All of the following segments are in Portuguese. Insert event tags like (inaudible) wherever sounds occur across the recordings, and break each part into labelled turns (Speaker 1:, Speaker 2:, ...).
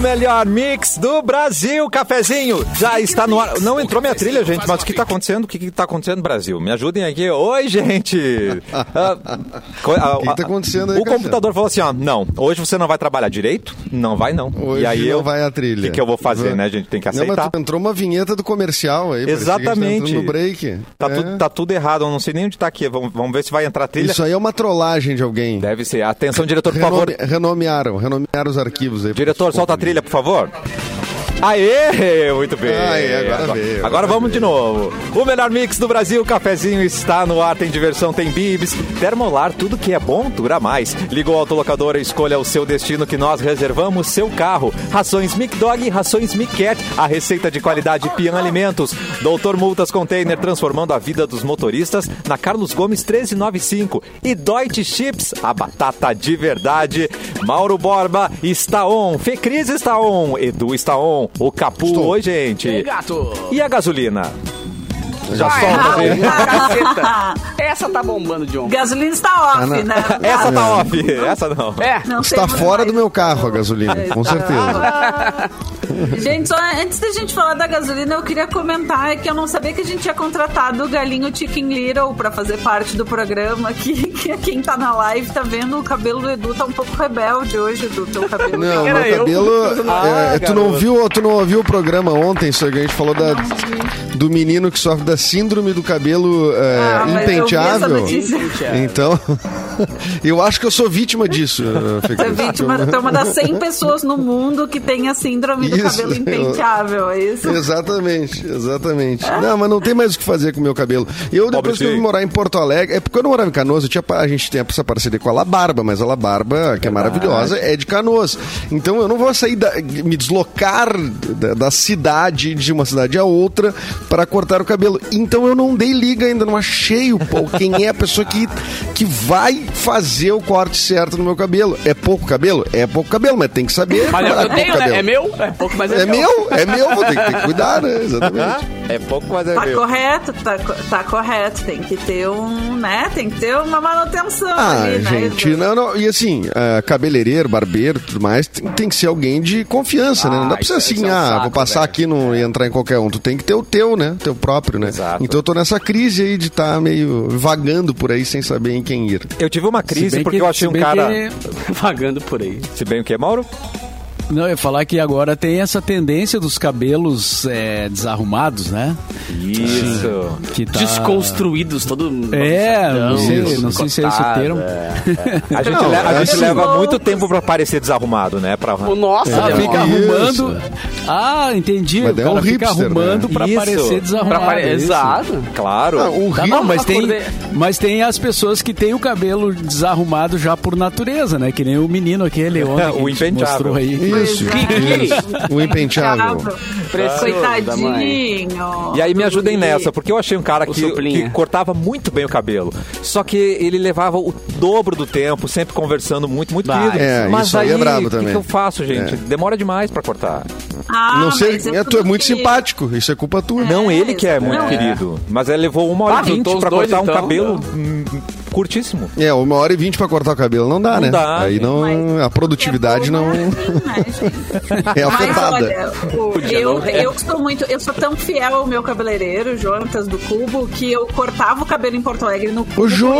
Speaker 1: melhor mix do Brasil, cafezinho. Já está no ar. Não entrou minha trilha, gente, mas o que está acontecendo? O que está acontecendo, Brasil? Me ajudem aqui. Oi,
Speaker 2: (laughs)
Speaker 1: gente. Ah, co- ah,
Speaker 2: que que tá
Speaker 1: ah,
Speaker 2: acontecendo aí,
Speaker 1: O
Speaker 2: Cassiano?
Speaker 1: computador falou assim, ó, não, hoje você não vai trabalhar direito? Não vai, não.
Speaker 2: Hoje
Speaker 1: e aí
Speaker 2: não
Speaker 1: eu,
Speaker 2: vai a
Speaker 1: O
Speaker 2: trilha. Uhum.
Speaker 1: que, que eu vou fazer, né, gente? Tem que
Speaker 2: Não, mas
Speaker 1: aceitar.
Speaker 2: tu entrou uma vinheta do comercial aí. parecia que a gente tá
Speaker 1: Exatamente.
Speaker 2: entrando no break.
Speaker 1: Tá,
Speaker 2: É.
Speaker 1: tudo, tá tudo errado, eu não sei nem onde tá aqui. Vamos, vamos ver se vai entrar a trilha.
Speaker 2: Isso aí é uma trollagem de alguém.
Speaker 1: Deve ser. Atenção, diretor, É. por
Speaker 2: Renome-
Speaker 1: favor.
Speaker 2: Renomearam, renomearam os arquivos aí.
Speaker 1: Diretor, solta a trilha, por favor. Aê! Muito bem.
Speaker 2: Aê, agora veio,
Speaker 1: Agora
Speaker 2: agora
Speaker 1: vamos de novo. O melhor mix do Brasil, cafezinho está no ar, tem diversão, tem bibs, termolar, tudo que é bom dura mais. Liga o autolocador e escolha o seu destino que nós reservamos seu carro. Rações Mic Dog e rações Mic Cat, a receita de qualidade Pian Alimentos. Doutor Multas Container, transformando a vida dos motoristas na Carlos Gomes 1395. E Deutsche Chips, a batata de verdade. Mauro Borba está on, Fecris está on, Edu está on, o Capu,
Speaker 2: Estou.
Speaker 1: oi gente.
Speaker 3: Ei, gato!
Speaker 1: E a gasolina? Já
Speaker 3: Vai,
Speaker 1: solta,
Speaker 3: Raul,
Speaker 1: gente.
Speaker 3: na caceta. Essa tá bombando, John.
Speaker 4: Gasolina está off,
Speaker 2: Ah, não. (laughs)
Speaker 4: né?
Speaker 1: Essa tá off, (laughs) essa não.
Speaker 3: É,
Speaker 4: Não
Speaker 2: Está Tá
Speaker 4: tem
Speaker 2: fora
Speaker 4: mais. Ah, tá.
Speaker 2: do meu carro a gasolina, com certeza.
Speaker 4: Gente, só antes da gente falar da gasolina, eu queria comentar é que eu não sabia que a gente tinha contratado o Galinho Chicken Little pra fazer parte do programa aqui. Que quem tá na live tá vendo o cabelo do Edu tá um pouco rebelde hoje, Edu, teu cabelo.
Speaker 2: Não,
Speaker 3: Era
Speaker 2: meu
Speaker 3: eu.
Speaker 2: cabelo.
Speaker 1: Ah,
Speaker 2: é, tu, não
Speaker 1: garoto.
Speaker 2: viu, tu não ouviu o programa ontem, só que a gente falou da, do menino que sofre da síndrome do cabelo é,
Speaker 4: Ah, mas eu vi essa
Speaker 2: impenteável.
Speaker 4: notícia.
Speaker 3: É.
Speaker 2: Então, (laughs) eu acho que eu sou vítima disso. eh, Fê
Speaker 4: Você é
Speaker 2: Cris.
Speaker 4: vítima, tu é uma das 100 pessoas no mundo que tem a síndrome do
Speaker 2: Isso,
Speaker 4: cabelo
Speaker 2: eu-
Speaker 4: impenteável, é isso?
Speaker 2: Exatamente, exatamente. Não, mas não tem mais o que fazer com o meu cabelo. Eu,
Speaker 1: Pobre
Speaker 2: depois que eu vim
Speaker 1: Chico.
Speaker 2: morar em Porto Alegre, é porque eu não morava em Canoas, eu tinha, pa- a gente tem essa parceria com a La Barba, mas a La Barba, que é maravilhosa, é de Canoas. Então eu não vou sair, da, me deslocar da, da cidade, de uma cidade a outra, para cortar o cabelo. Então eu não dei liga ainda, não achei o pô, quem é a pessoa que, que vai fazer o corte certo no meu cabelo. É pouco cabelo? É pouco cabelo, mas tem que saber.
Speaker 3: Olha,
Speaker 2: é
Speaker 3: eu
Speaker 2: pouco
Speaker 3: tenho,
Speaker 2: cabelo.
Speaker 3: né? É meu? É pouco, mas é,
Speaker 2: É meu, é meu, vou ter que, ter que cuidar, né? Exatamente.
Speaker 1: É pouco, mas é
Speaker 4: Tá
Speaker 1: meu.
Speaker 4: correto, tá, co- tá correto. Tem que ter um, né? Tem que ter uma manutenção
Speaker 2: Ah,
Speaker 4: ali, né?
Speaker 2: gente,
Speaker 4: Edu?
Speaker 2: não, não. E assim, ah, cabeleireiro, barbeiro e tudo mais, tem, tem que ser alguém de confiança, né? Não dá
Speaker 3: Ah,
Speaker 2: pra ser
Speaker 3: isso- isso
Speaker 2: assim,
Speaker 3: é um
Speaker 2: ah,
Speaker 3: saco,
Speaker 2: vou passar
Speaker 3: velho.
Speaker 2: aqui no, e entrar em qualquer um. Tu tem que ter o teu, né? Teu próprio, né?
Speaker 1: Exato.
Speaker 2: Então eu tô nessa crise aí de estar meio vagando por aí sem saber em quem ir.
Speaker 1: Eu tive uma
Speaker 5: Se
Speaker 1: crise
Speaker 5: bem
Speaker 1: porque
Speaker 5: que-
Speaker 1: eu achei
Speaker 5: se
Speaker 1: um
Speaker 5: bem
Speaker 1: cara.
Speaker 3: (laughs)
Speaker 5: que-
Speaker 3: Vagando por aí.
Speaker 1: Se bem o que, Mauro?
Speaker 5: Não, eu ia falar que agora tem essa tendência dos cabelos é, desarrumados, né?
Speaker 1: Isso.
Speaker 5: Que tá...
Speaker 3: Desconstruídos, todo mundo.
Speaker 5: É, não sei,
Speaker 2: Isso,
Speaker 5: não sei se é esse o
Speaker 3: cortado,
Speaker 5: termo.
Speaker 1: A gente,
Speaker 2: Não,
Speaker 1: le- a
Speaker 2: é
Speaker 1: gente
Speaker 2: assim.
Speaker 1: leva muito tempo pra parecer desarrumado, né? Pra...
Speaker 3: O nosso,
Speaker 5: Ah,
Speaker 3: é,
Speaker 5: fica
Speaker 3: ó.
Speaker 2: Isso.
Speaker 5: arrumando. Ah, entendi.
Speaker 2: Mas
Speaker 5: o
Speaker 2: daí é
Speaker 5: cara
Speaker 2: um
Speaker 5: fica
Speaker 2: hipster,
Speaker 5: arrumando
Speaker 1: né?
Speaker 5: pra
Speaker 1: Isso.
Speaker 5: parecer desarrumado. é
Speaker 3: Pra pare-
Speaker 5: Ah, isso.
Speaker 3: Exato.
Speaker 1: Claro.
Speaker 2: Ah, o
Speaker 5: Tá,
Speaker 2: Rio-
Speaker 5: não, mas tem,
Speaker 3: acordei.
Speaker 5: mas tem as pessoas que têm o cabelo desarrumado já por natureza, né? Que nem o menino aquele ontem
Speaker 1: (laughs)
Speaker 5: que
Speaker 1: O
Speaker 5: a gente
Speaker 1: impenteável.
Speaker 5: mostrou aí.
Speaker 2: é Isso,
Speaker 3: Gui.
Speaker 2: isso. O impenteável.
Speaker 3: Precioso da mãe.
Speaker 4: Coitadinho.
Speaker 1: E aí me ajudem nessa, porque eu achei um cara
Speaker 3: O
Speaker 1: que,
Speaker 3: Suplinha.
Speaker 1: que cortava muito bem o cabelo. Só que ele levava o dobro do tempo, sempre conversando muito, muito
Speaker 5: Vai.
Speaker 1: querido.
Speaker 2: É,
Speaker 1: Mas
Speaker 2: isso aí
Speaker 1: aí,
Speaker 2: é brabo
Speaker 1: o que que
Speaker 2: também.
Speaker 1: eu faço, gente? Demora demais pra cortar.
Speaker 4: Ah,
Speaker 2: não sei,
Speaker 4: mas
Speaker 2: é, tu é
Speaker 4: tudo
Speaker 2: muito
Speaker 4: que-
Speaker 2: simpático, isso é culpa tua.
Speaker 1: Não ele que é muito
Speaker 4: Não, é.
Speaker 1: querido, mas ele levou uma hora
Speaker 3: Ah,
Speaker 1: e vinte
Speaker 3: juntou os
Speaker 1: pra
Speaker 3: dois,
Speaker 1: cortar um
Speaker 3: então.
Speaker 1: cabelo hum, curtíssimo.
Speaker 2: É, uma hora e vinte pra cortar o cabelo não dá,
Speaker 1: Não
Speaker 2: né?
Speaker 1: dá,
Speaker 2: aí não,
Speaker 4: Mas
Speaker 2: a produtividade
Speaker 4: é bom,
Speaker 2: não
Speaker 4: né? Sim, né, gente?
Speaker 2: é
Speaker 4: Mas
Speaker 2: afetada.
Speaker 4: olha, o- eu,
Speaker 1: né?
Speaker 4: eu sou muito, eu sou tão fiel ao meu cabeleireiro, Jonatas do Cubo, que eu cortava o cabelo em Porto Alegre no Cubo.
Speaker 2: O
Speaker 4: e agora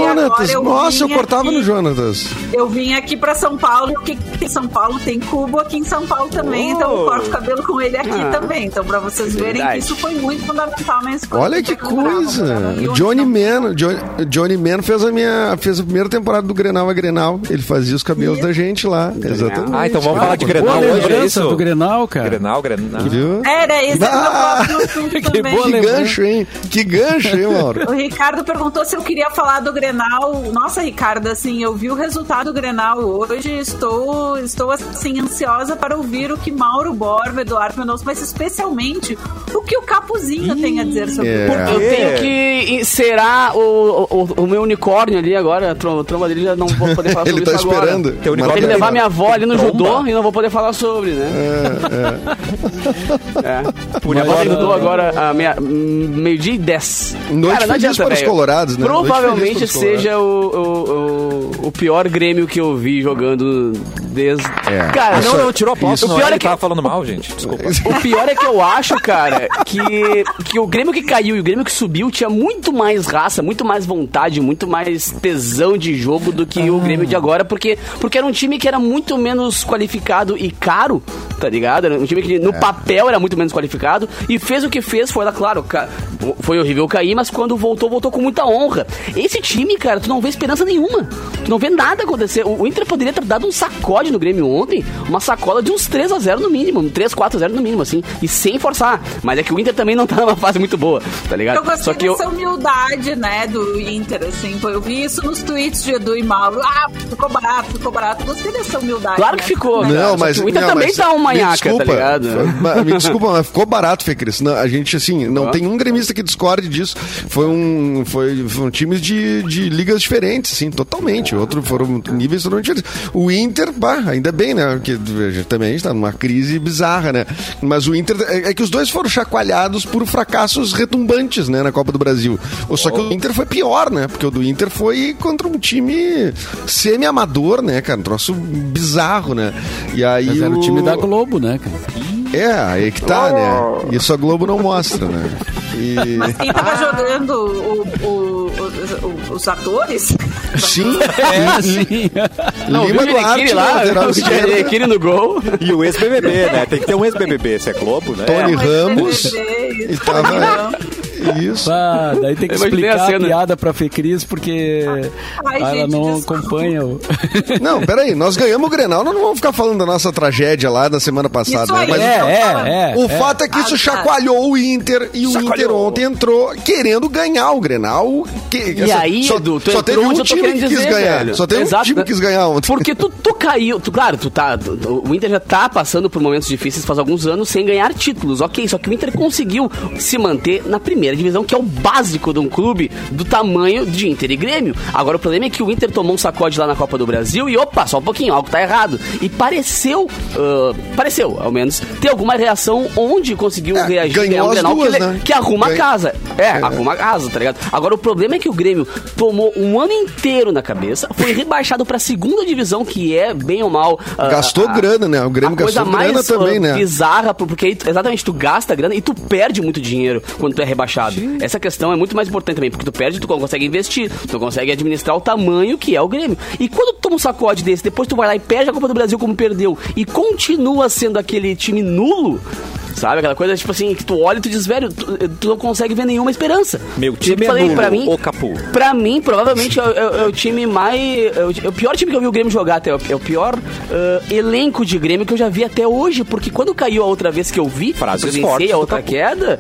Speaker 2: Jonatas, nossa, eu
Speaker 4: vim
Speaker 2: cortava
Speaker 4: aqui-
Speaker 2: no Jonatas.
Speaker 4: Eu vim aqui pra São Paulo, porque em São Paulo tem Cubo, aqui em São Paulo também,
Speaker 1: Oh.
Speaker 4: então eu corto o cabelo com ele aqui
Speaker 3: Ah,
Speaker 4: também. Então, pra vocês verem que
Speaker 3: verdade.
Speaker 4: isso foi muito fundamental na escola.
Speaker 2: Olha que
Speaker 3: né?
Speaker 2: coisa!
Speaker 4: um
Speaker 2: O
Speaker 3: tá
Speaker 2: Johnny Man, o Johnny, o Johnny Man fez a minha, fez a primeira temporada do Grenal a Grenal. Ele fazia os cabelos da gente lá, exatamente.
Speaker 1: Ah, então vamos falar de
Speaker 5: Boa
Speaker 1: Grenal hoje, é
Speaker 5: lembrança
Speaker 1: isso?
Speaker 5: do Grenal, cara.
Speaker 1: Grenal, Grenal.
Speaker 2: Viu?
Speaker 3: é
Speaker 4: É, Era isso
Speaker 2: Ah!
Speaker 4: que eu tava
Speaker 5: Que
Speaker 4: também.
Speaker 5: boa
Speaker 2: Que
Speaker 3: né?
Speaker 5: lembrança.
Speaker 2: gancho, hein? Que gancho, hein,
Speaker 3: (laughs)
Speaker 2: Mauro?
Speaker 4: O Ricardo perguntou se eu queria falar do Grenal. Nossa, Ricardo, assim, eu vi o resultado do Grenal hoje. Estou, estou assim, ansiosa para ouvir o que Mauro Borba, Eduardo Mendonça, mas especialmente o que o Capuzinho tem a dizer sobre
Speaker 2: é.
Speaker 4: o
Speaker 3: Eu
Speaker 1: É.
Speaker 3: tenho que encerar o, o, o meu unicórnio ali agora. A trom- tromba dele já não vou poder
Speaker 2: (laughs)
Speaker 3: falar sobre
Speaker 2: Ele tá
Speaker 3: isso agora.
Speaker 2: esperando.
Speaker 1: Teu
Speaker 3: Tem
Speaker 1: unicórnio
Speaker 3: que
Speaker 1: Olha
Speaker 3: levar
Speaker 1: aí.
Speaker 3: minha avó ali no
Speaker 1: Tromba.
Speaker 3: judô e não vou poder falar sobre,
Speaker 2: (laughs)
Speaker 3: né? É.
Speaker 1: Por
Speaker 3: Minha avó
Speaker 1: agora-
Speaker 3: tem judô agora, a minha- hum, meio-dia e 10.
Speaker 2: Noite feliz para os colorados, né? Noite feliz para
Speaker 3: Provavelmente
Speaker 2: os colorados.
Speaker 3: seja o, o, o- o pior Grêmio que eu vi jogando desde.
Speaker 2: É.
Speaker 3: Cara,
Speaker 1: Ah, não,
Speaker 3: não,
Speaker 1: não, tirou a pausa,
Speaker 2: isso-
Speaker 1: não
Speaker 3: o pior
Speaker 1: era,
Speaker 3: é
Speaker 1: ele
Speaker 3: que-
Speaker 1: tava falando mal, gente. Desculpa.
Speaker 3: O pior é que eu acho, cara, que, que o Grêmio que caiu e o Grêmio que subiu tinha muito mais raça, muito mais vontade, muito mais tesão de jogo do que o Grêmio de agora, porque, porque era um time que era muito menos qualificado e caro, tá ligado? Era um time que no papel era muito menos qualificado e fez o que fez, foi lá, claro, ca- foi horrível cair, mas quando voltou, voltou com muita honra. Esse time, cara, tu não vê esperança nenhuma. Tu não vê nada acontecer. O, o Inter poderia ter dado um sacode no Grêmio ontem, uma sacola de uns 3 a 0 no mínimo, um 3 4 a 0 no mínimo assim, e sem forçar. Mas é que o Inter também não tá numa fase muito boa, tá ligado?
Speaker 4: Eu gostei
Speaker 3: Só que eu
Speaker 4: dessa humildade, né, do Inter, assim. Pô, eu vi isso nos tweets de Edu e Mauro. Ah, ficou barato, ficou barato. Gostei dessa humildade.
Speaker 3: Claro
Speaker 4: né?
Speaker 3: que ficou, cara.
Speaker 2: Não,
Speaker 3: Só
Speaker 2: mas.
Speaker 3: que o Inter
Speaker 2: não,
Speaker 3: também
Speaker 2: mas-
Speaker 3: tá um
Speaker 2: me
Speaker 3: manhaca, tá ligado?
Speaker 2: Foi- mas- Me desculpa, mas ficou barato, Fê Cris. Não, a gente, assim, não tem um gremista que discorde disso. Foi um. Foi, foram times de, de ligas diferentes, assim, totalmente. Outro foram níveis totalmente diferentes. O Inter, bah, ainda bem, né? Porque veja, também a gente tá numa crise bizarra, né? Mas o Inter. É, é que os dois foram chacoalhados por fracassos retumbantes, né, na Copa do Brasil. Ou Só
Speaker 5: Oh.
Speaker 2: que o Inter foi pior, né? Porque o do Inter foi contra um time semi-amador, né, cara? Um troço bizarro, né? E aí.
Speaker 5: Mas era o time da
Speaker 2: Globo.
Speaker 5: Globo, né, cara?
Speaker 2: É, aí que tá,
Speaker 3: Oh.
Speaker 2: né? Isso a Globo não mostra, né?
Speaker 3: (laughs)
Speaker 4: Mas
Speaker 2: E...
Speaker 4: quem tava jogando o- o- o- o- os atores?
Speaker 2: Sim,
Speaker 1: (laughs)
Speaker 5: É, sim.
Speaker 3: Não,
Speaker 2: Lima
Speaker 3: viu o Jerequiri
Speaker 2: Duarte, né,
Speaker 3: lá,
Speaker 2: lateral
Speaker 3: o
Speaker 2: esquerdo.
Speaker 3: Jerequiri no gol.
Speaker 1: E o ex-BBB, né? Tem que ter um ex-BBB, se é Globo, né?
Speaker 2: Tony
Speaker 4: Mas
Speaker 2: Ramos
Speaker 4: TV,
Speaker 2: e
Speaker 4: isso.
Speaker 2: tava... Isso.
Speaker 5: Ah, daí tem que
Speaker 3: Eu imaginei a
Speaker 5: explicar a,
Speaker 3: cena.
Speaker 5: piada pra Fê Cris, porque
Speaker 4: Ai,
Speaker 5: ela
Speaker 4: gente,
Speaker 5: não
Speaker 4: desculpa.
Speaker 5: acompanha
Speaker 3: (laughs)
Speaker 5: o...
Speaker 2: Não, peraí, nós ganhamos o Grenal, nós não vamos ficar falando da nossa tragédia lá da semana passada,
Speaker 4: Isso
Speaker 2: né?
Speaker 4: aí.
Speaker 2: Mas
Speaker 4: É,
Speaker 5: é, é.
Speaker 2: o fato é que isso
Speaker 4: Ah, tá.
Speaker 2: chacoalhou o Inter e o
Speaker 1: Chacoalhou.
Speaker 2: Inter ontem entrou querendo ganhar o Grenal. que- assim,
Speaker 3: aí,
Speaker 2: só,
Speaker 3: Edu, tu
Speaker 2: só
Speaker 3: entrou
Speaker 2: teve um
Speaker 3: onde eu tô
Speaker 2: time
Speaker 3: querendo
Speaker 2: que quis
Speaker 3: dizer,
Speaker 2: ganhar.
Speaker 3: velho.
Speaker 2: Só teve um
Speaker 3: Exato,
Speaker 2: time
Speaker 3: né?
Speaker 2: que quis ganhar ontem.
Speaker 3: Porque tu, tu caiu, tu, claro, tu tá. tu- tu- o Inter já tá passando por momentos difíceis faz alguns anos sem ganhar títulos, ok. Só que o Inter conseguiu se manter na primeira divisão, que é o básico de um clube do tamanho de Inter e Grêmio. Agora o problema é que o Inter tomou um sacode lá na Copa do Brasil e opa, só um pouquinho, algo tá errado. E pareceu, ah, pareceu, ao menos, ter alguma reação onde conseguiu
Speaker 2: É,
Speaker 3: reagir
Speaker 2: ganhou
Speaker 3: ganhar um
Speaker 2: as
Speaker 3: Grenal
Speaker 2: duas,
Speaker 3: que, ele-
Speaker 2: né?
Speaker 3: que arruma a
Speaker 2: Ganhou.
Speaker 3: casa. É,
Speaker 2: né?
Speaker 3: arruma a casa, tá ligado? Agora, o problema é que o Grêmio tomou um ano inteiro na cabeça,
Speaker 2: (laughs)
Speaker 3: foi rebaixado pra segunda divisão, que é, bem ou mal... ah,
Speaker 2: Gastou
Speaker 3: a-
Speaker 2: grana, né? O Grêmio
Speaker 3: a coisa
Speaker 2: gastou grana
Speaker 3: mais,
Speaker 2: também,
Speaker 3: ah,
Speaker 2: né?
Speaker 3: bizarra, por- porque aí tu- exatamente tu gasta grana e tu perde muito dinheiro quando tu é rebaixado. Essa questão é muito mais importante também, porque tu perde, tu consegue investir, tu consegue administrar o tamanho que é o Grêmio. E quando tu toma um sacode desse, depois tu vai lá e perde a Copa do Brasil como perdeu e continua sendo aquele time nulo. Sabe, aquela coisa, tipo assim, que tu olha e tu diz, velho, tu, tu não consegue ver nenhuma esperança. Tipo,
Speaker 1: Meu
Speaker 3: Eu
Speaker 1: time é
Speaker 3: falei,
Speaker 1: nulo,
Speaker 3: pra mim,
Speaker 1: ô Capu.
Speaker 3: Pra mim, provavelmente, é, é- é o time mais. É o, é o pior time que eu vi o Grêmio jogar até. É o, é o pior ah, elenco de Grêmio que eu já vi até hoje. Porque quando caiu a outra vez que eu vi,
Speaker 1: Frases
Speaker 3: eu
Speaker 1: fortes
Speaker 2: tá
Speaker 3: a
Speaker 1: do
Speaker 3: outra
Speaker 1: Capu.
Speaker 3: queda.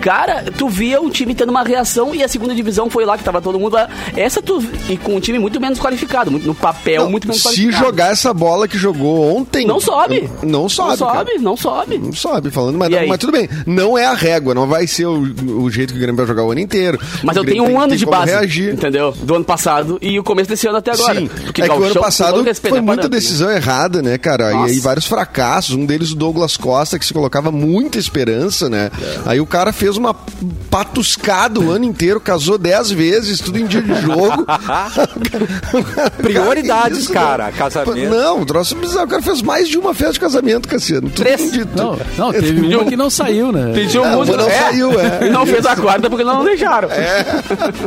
Speaker 3: Cara, tu via o time tendo uma reação e a segunda divisão foi lá que tava todo mundo lá. Essa tu. E com um time muito menos qualificado, muito, no papel,
Speaker 2: Não,
Speaker 3: é um muito menos
Speaker 2: se
Speaker 3: qualificado.
Speaker 2: jogar essa bola que jogou ontem.
Speaker 3: Não sobe.
Speaker 2: Não sobe.
Speaker 3: Não
Speaker 2: cara. Hum,
Speaker 3: sobe, não sobe.
Speaker 2: Não sobe, falando, mas,
Speaker 3: E aí?
Speaker 2: mas tudo bem. Não é a régua, não vai ser o, o jeito que o Grêmio vai jogar o ano inteiro.
Speaker 3: Mas
Speaker 2: O
Speaker 3: eu
Speaker 2: Grêmio
Speaker 3: tenho um
Speaker 2: tem-
Speaker 3: ano
Speaker 2: tem
Speaker 3: de
Speaker 2: como
Speaker 3: base,
Speaker 2: reagir.
Speaker 3: entendeu? Do ano passado e o começo desse ano até agora.
Speaker 2: Sim,
Speaker 3: Porque
Speaker 2: é que o ano
Speaker 3: Gauchão, com
Speaker 2: passado
Speaker 3: todo respeito,
Speaker 2: foi
Speaker 3: é
Speaker 2: muita
Speaker 3: parâmetro.
Speaker 2: decisão errada, né, cara? E
Speaker 3: Nossa.
Speaker 2: aí vários fracassos, um deles o Douglas Costa, que se colocava muita esperança, né?
Speaker 3: É.
Speaker 2: Aí o cara fez uma patuscada o ano inteiro, casou 10 vezes, tudo em dia de
Speaker 3: (laughs)
Speaker 2: jogo. (laughs)
Speaker 1: Prioridades,
Speaker 2: Isso,
Speaker 1: cara.
Speaker 2: né?
Speaker 1: Casamento.
Speaker 2: Não, o troço é bizarro. O cara fez mais de uma festa de casamento, Cassiano. Tudo
Speaker 3: Três.
Speaker 2: em dia, tudo.
Speaker 5: Não, não, teve uma
Speaker 3: um-
Speaker 5: que não saiu, né?
Speaker 3: Pediu
Speaker 2: Não,
Speaker 3: música.
Speaker 2: não
Speaker 3: é,
Speaker 2: saiu, é.
Speaker 3: E não fez a quarta porque não deixaram.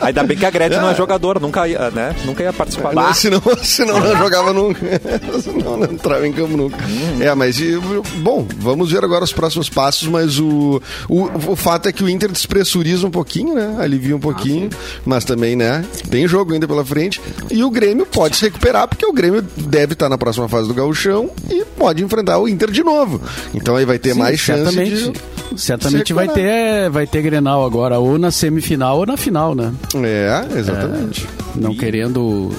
Speaker 1: Ainda bem que a Gretchen não é jogadora, nunca ia, né? Nunca ia participar.
Speaker 2: Não, (laughs) senão, senão não jogava nunca. (laughs) senão não entrava em campo nunca.
Speaker 5: Hum.
Speaker 2: É, mas. e, Bom, vamos ver agora os próximos passos, mas o, o, o fato é que o Inter despressuriza um pouquinho, né? Alivia um pouquinho,
Speaker 5: Ah,
Speaker 2: mas também, né? Tem jogo ainda pela frente. E o Grêmio pode se recuperar, porque o Grêmio deve estar na próxima fase do Gauchão e pode enfrentar o Inter de novo. Então aí vai ter
Speaker 5: Sim,
Speaker 2: mais chance de.
Speaker 5: Certamente
Speaker 2: se
Speaker 5: vai
Speaker 2: recuperar.
Speaker 5: ter, vai ter Grenal agora, ou na semifinal ou na final, né?
Speaker 2: É, exatamente.
Speaker 5: Não querendo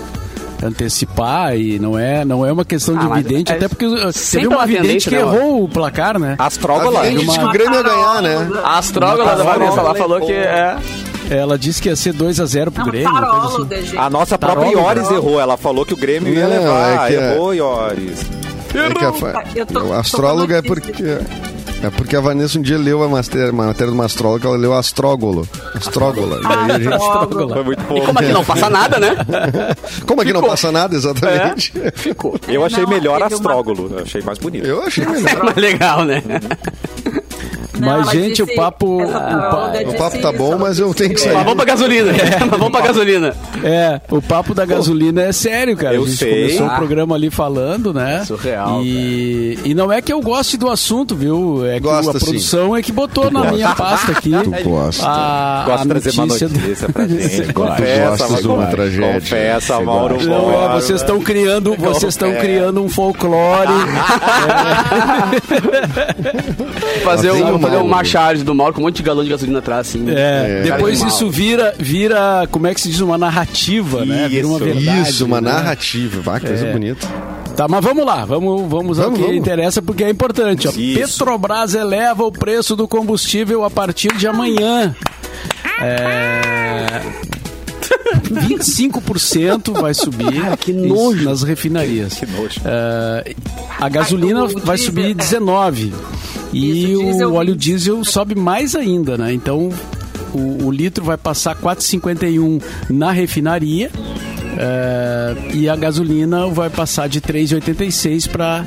Speaker 5: antecipar e não é, não é uma questão
Speaker 3: Ah,
Speaker 5: de
Speaker 3: mas
Speaker 5: vidente,
Speaker 3: é
Speaker 5: até porque uh, teve
Speaker 3: sempre
Speaker 5: uma
Speaker 3: uma
Speaker 5: vidente
Speaker 3: tendência,
Speaker 5: que
Speaker 3: né,
Speaker 5: errou o placar, né?
Speaker 1: Astrógola.
Speaker 2: A gente
Speaker 5: uma-
Speaker 2: disse que o Grêmio ia ganhar, né?
Speaker 3: A astrógola da
Speaker 1: Taróloga,
Speaker 3: Vanessa lá falou
Speaker 1: pô.
Speaker 3: que é.
Speaker 5: Ela disse que ia ser 2 a 0 pro
Speaker 4: Não,
Speaker 5: Grêmio. uma coisa assim.
Speaker 4: taróloga, gente.
Speaker 1: A nossa própria
Speaker 5: Taróloga.
Speaker 1: Iores errou. Ela falou que o Grêmio ia
Speaker 2: Não,
Speaker 1: levar.
Speaker 2: é que é-
Speaker 1: Errou, Iores.
Speaker 2: É que a, fa-
Speaker 4: Eu tô-
Speaker 2: a
Speaker 4: tô com
Speaker 2: astróloga é
Speaker 4: notícia.
Speaker 2: porque. É porque a Vanessa um dia leu a matéria, uma matéria de uma astróloga, ela leu astrógolo. Astrógola.
Speaker 4: Ah,
Speaker 3: (laughs)
Speaker 2: E aí a gente-
Speaker 1: Foi muito
Speaker 3: E
Speaker 1: bom.
Speaker 3: como é aqui não passa nada, (laughs) né?
Speaker 2: como aqui não
Speaker 3: Ficou.
Speaker 2: passa nada, exatamente?
Speaker 3: Ficou.
Speaker 1: Eu achei
Speaker 4: Não,
Speaker 1: melhor
Speaker 4: teve uma-
Speaker 1: astrógolo. Eu achei mais bonito.
Speaker 2: (laughs) Eu achei melhor.
Speaker 3: Mas legal, né?
Speaker 4: Não,
Speaker 5: Mas,
Speaker 4: ela
Speaker 5: gente, o
Speaker 4: disse-
Speaker 5: papo-
Speaker 4: essa
Speaker 5: o pa-
Speaker 4: astróloga
Speaker 2: O
Speaker 4: disse
Speaker 2: papo tá
Speaker 4: isso,
Speaker 2: bom,
Speaker 4: ela
Speaker 2: mas eu
Speaker 4: disse
Speaker 2: tenho que
Speaker 4: isso.
Speaker 3: Mas
Speaker 2: sair.
Speaker 3: vamos pra gasolina. (laughs) Mas É. vamos pra gasolina.
Speaker 5: É, o papo da gasolina é sério, cara.
Speaker 1: Eu
Speaker 5: a gente
Speaker 1: sei. É
Speaker 5: começou
Speaker 3: Ah.
Speaker 5: o programa ali falando, né?
Speaker 3: Surreal,
Speaker 5: E, e não é que eu goste do assunto, viu? É que
Speaker 2: Gosta,
Speaker 5: a
Speaker 2: sim.
Speaker 5: produção é que botou na minha pasta
Speaker 1: (laughs)
Speaker 5: aqui.
Speaker 2: Tu gosta.
Speaker 5: Ah, A,
Speaker 1: Gosto de
Speaker 5: a
Speaker 1: trazer uma
Speaker 5: notícia do-
Speaker 1: notícia pra gente.
Speaker 2: gosta
Speaker 1: Mauro.
Speaker 2: de uma tragédia.
Speaker 1: Confessa,
Speaker 2: Você
Speaker 1: Mauro.
Speaker 2: gosta.
Speaker 5: Não, é,
Speaker 1: Borba.
Speaker 5: vocês
Speaker 1: (laughs)
Speaker 5: estão criando, vocês estão
Speaker 1: né? É.
Speaker 5: criando
Speaker 1: (laughs)
Speaker 5: um folclore.
Speaker 3: Fazer,
Speaker 2: Lá vem
Speaker 3: um,
Speaker 2: o
Speaker 3: fazer um
Speaker 2: Mauro.
Speaker 3: Machado do Mauro com um monte de galão de gasolina atrás, assim.
Speaker 5: É,
Speaker 2: É.
Speaker 5: Depois
Speaker 3: Cara de
Speaker 5: isso vira, vira, como é que se diz, uma narrativa, né? Vira uma
Speaker 1: Isso,
Speaker 5: verdade.
Speaker 2: Isso, uma
Speaker 5: né?
Speaker 2: narrativa. Vai, que coisa bonita.
Speaker 5: Tá, mas vamos lá, vamos, vamos ao
Speaker 2: Vamos,
Speaker 5: que
Speaker 2: vamos.
Speaker 5: interessa, porque é importante. ó.
Speaker 1: Isso.
Speaker 5: Petrobras eleva o preço do combustível a partir de amanhã. É... 25% vai subir
Speaker 3: que nojo.
Speaker 5: nas refinarias.
Speaker 1: Que nojo.
Speaker 5: É, a gasolina
Speaker 4: Ai, o
Speaker 5: vai
Speaker 4: diesel,
Speaker 5: subir
Speaker 4: é.
Speaker 5: 19 e
Speaker 4: (laughs) Isso, o diesel
Speaker 5: o óleo
Speaker 4: 20.
Speaker 5: diesel sobe mais ainda, né? Então o, o litro vai passar 4,51 na refinaria é, e a gasolina vai passar de 3,86 para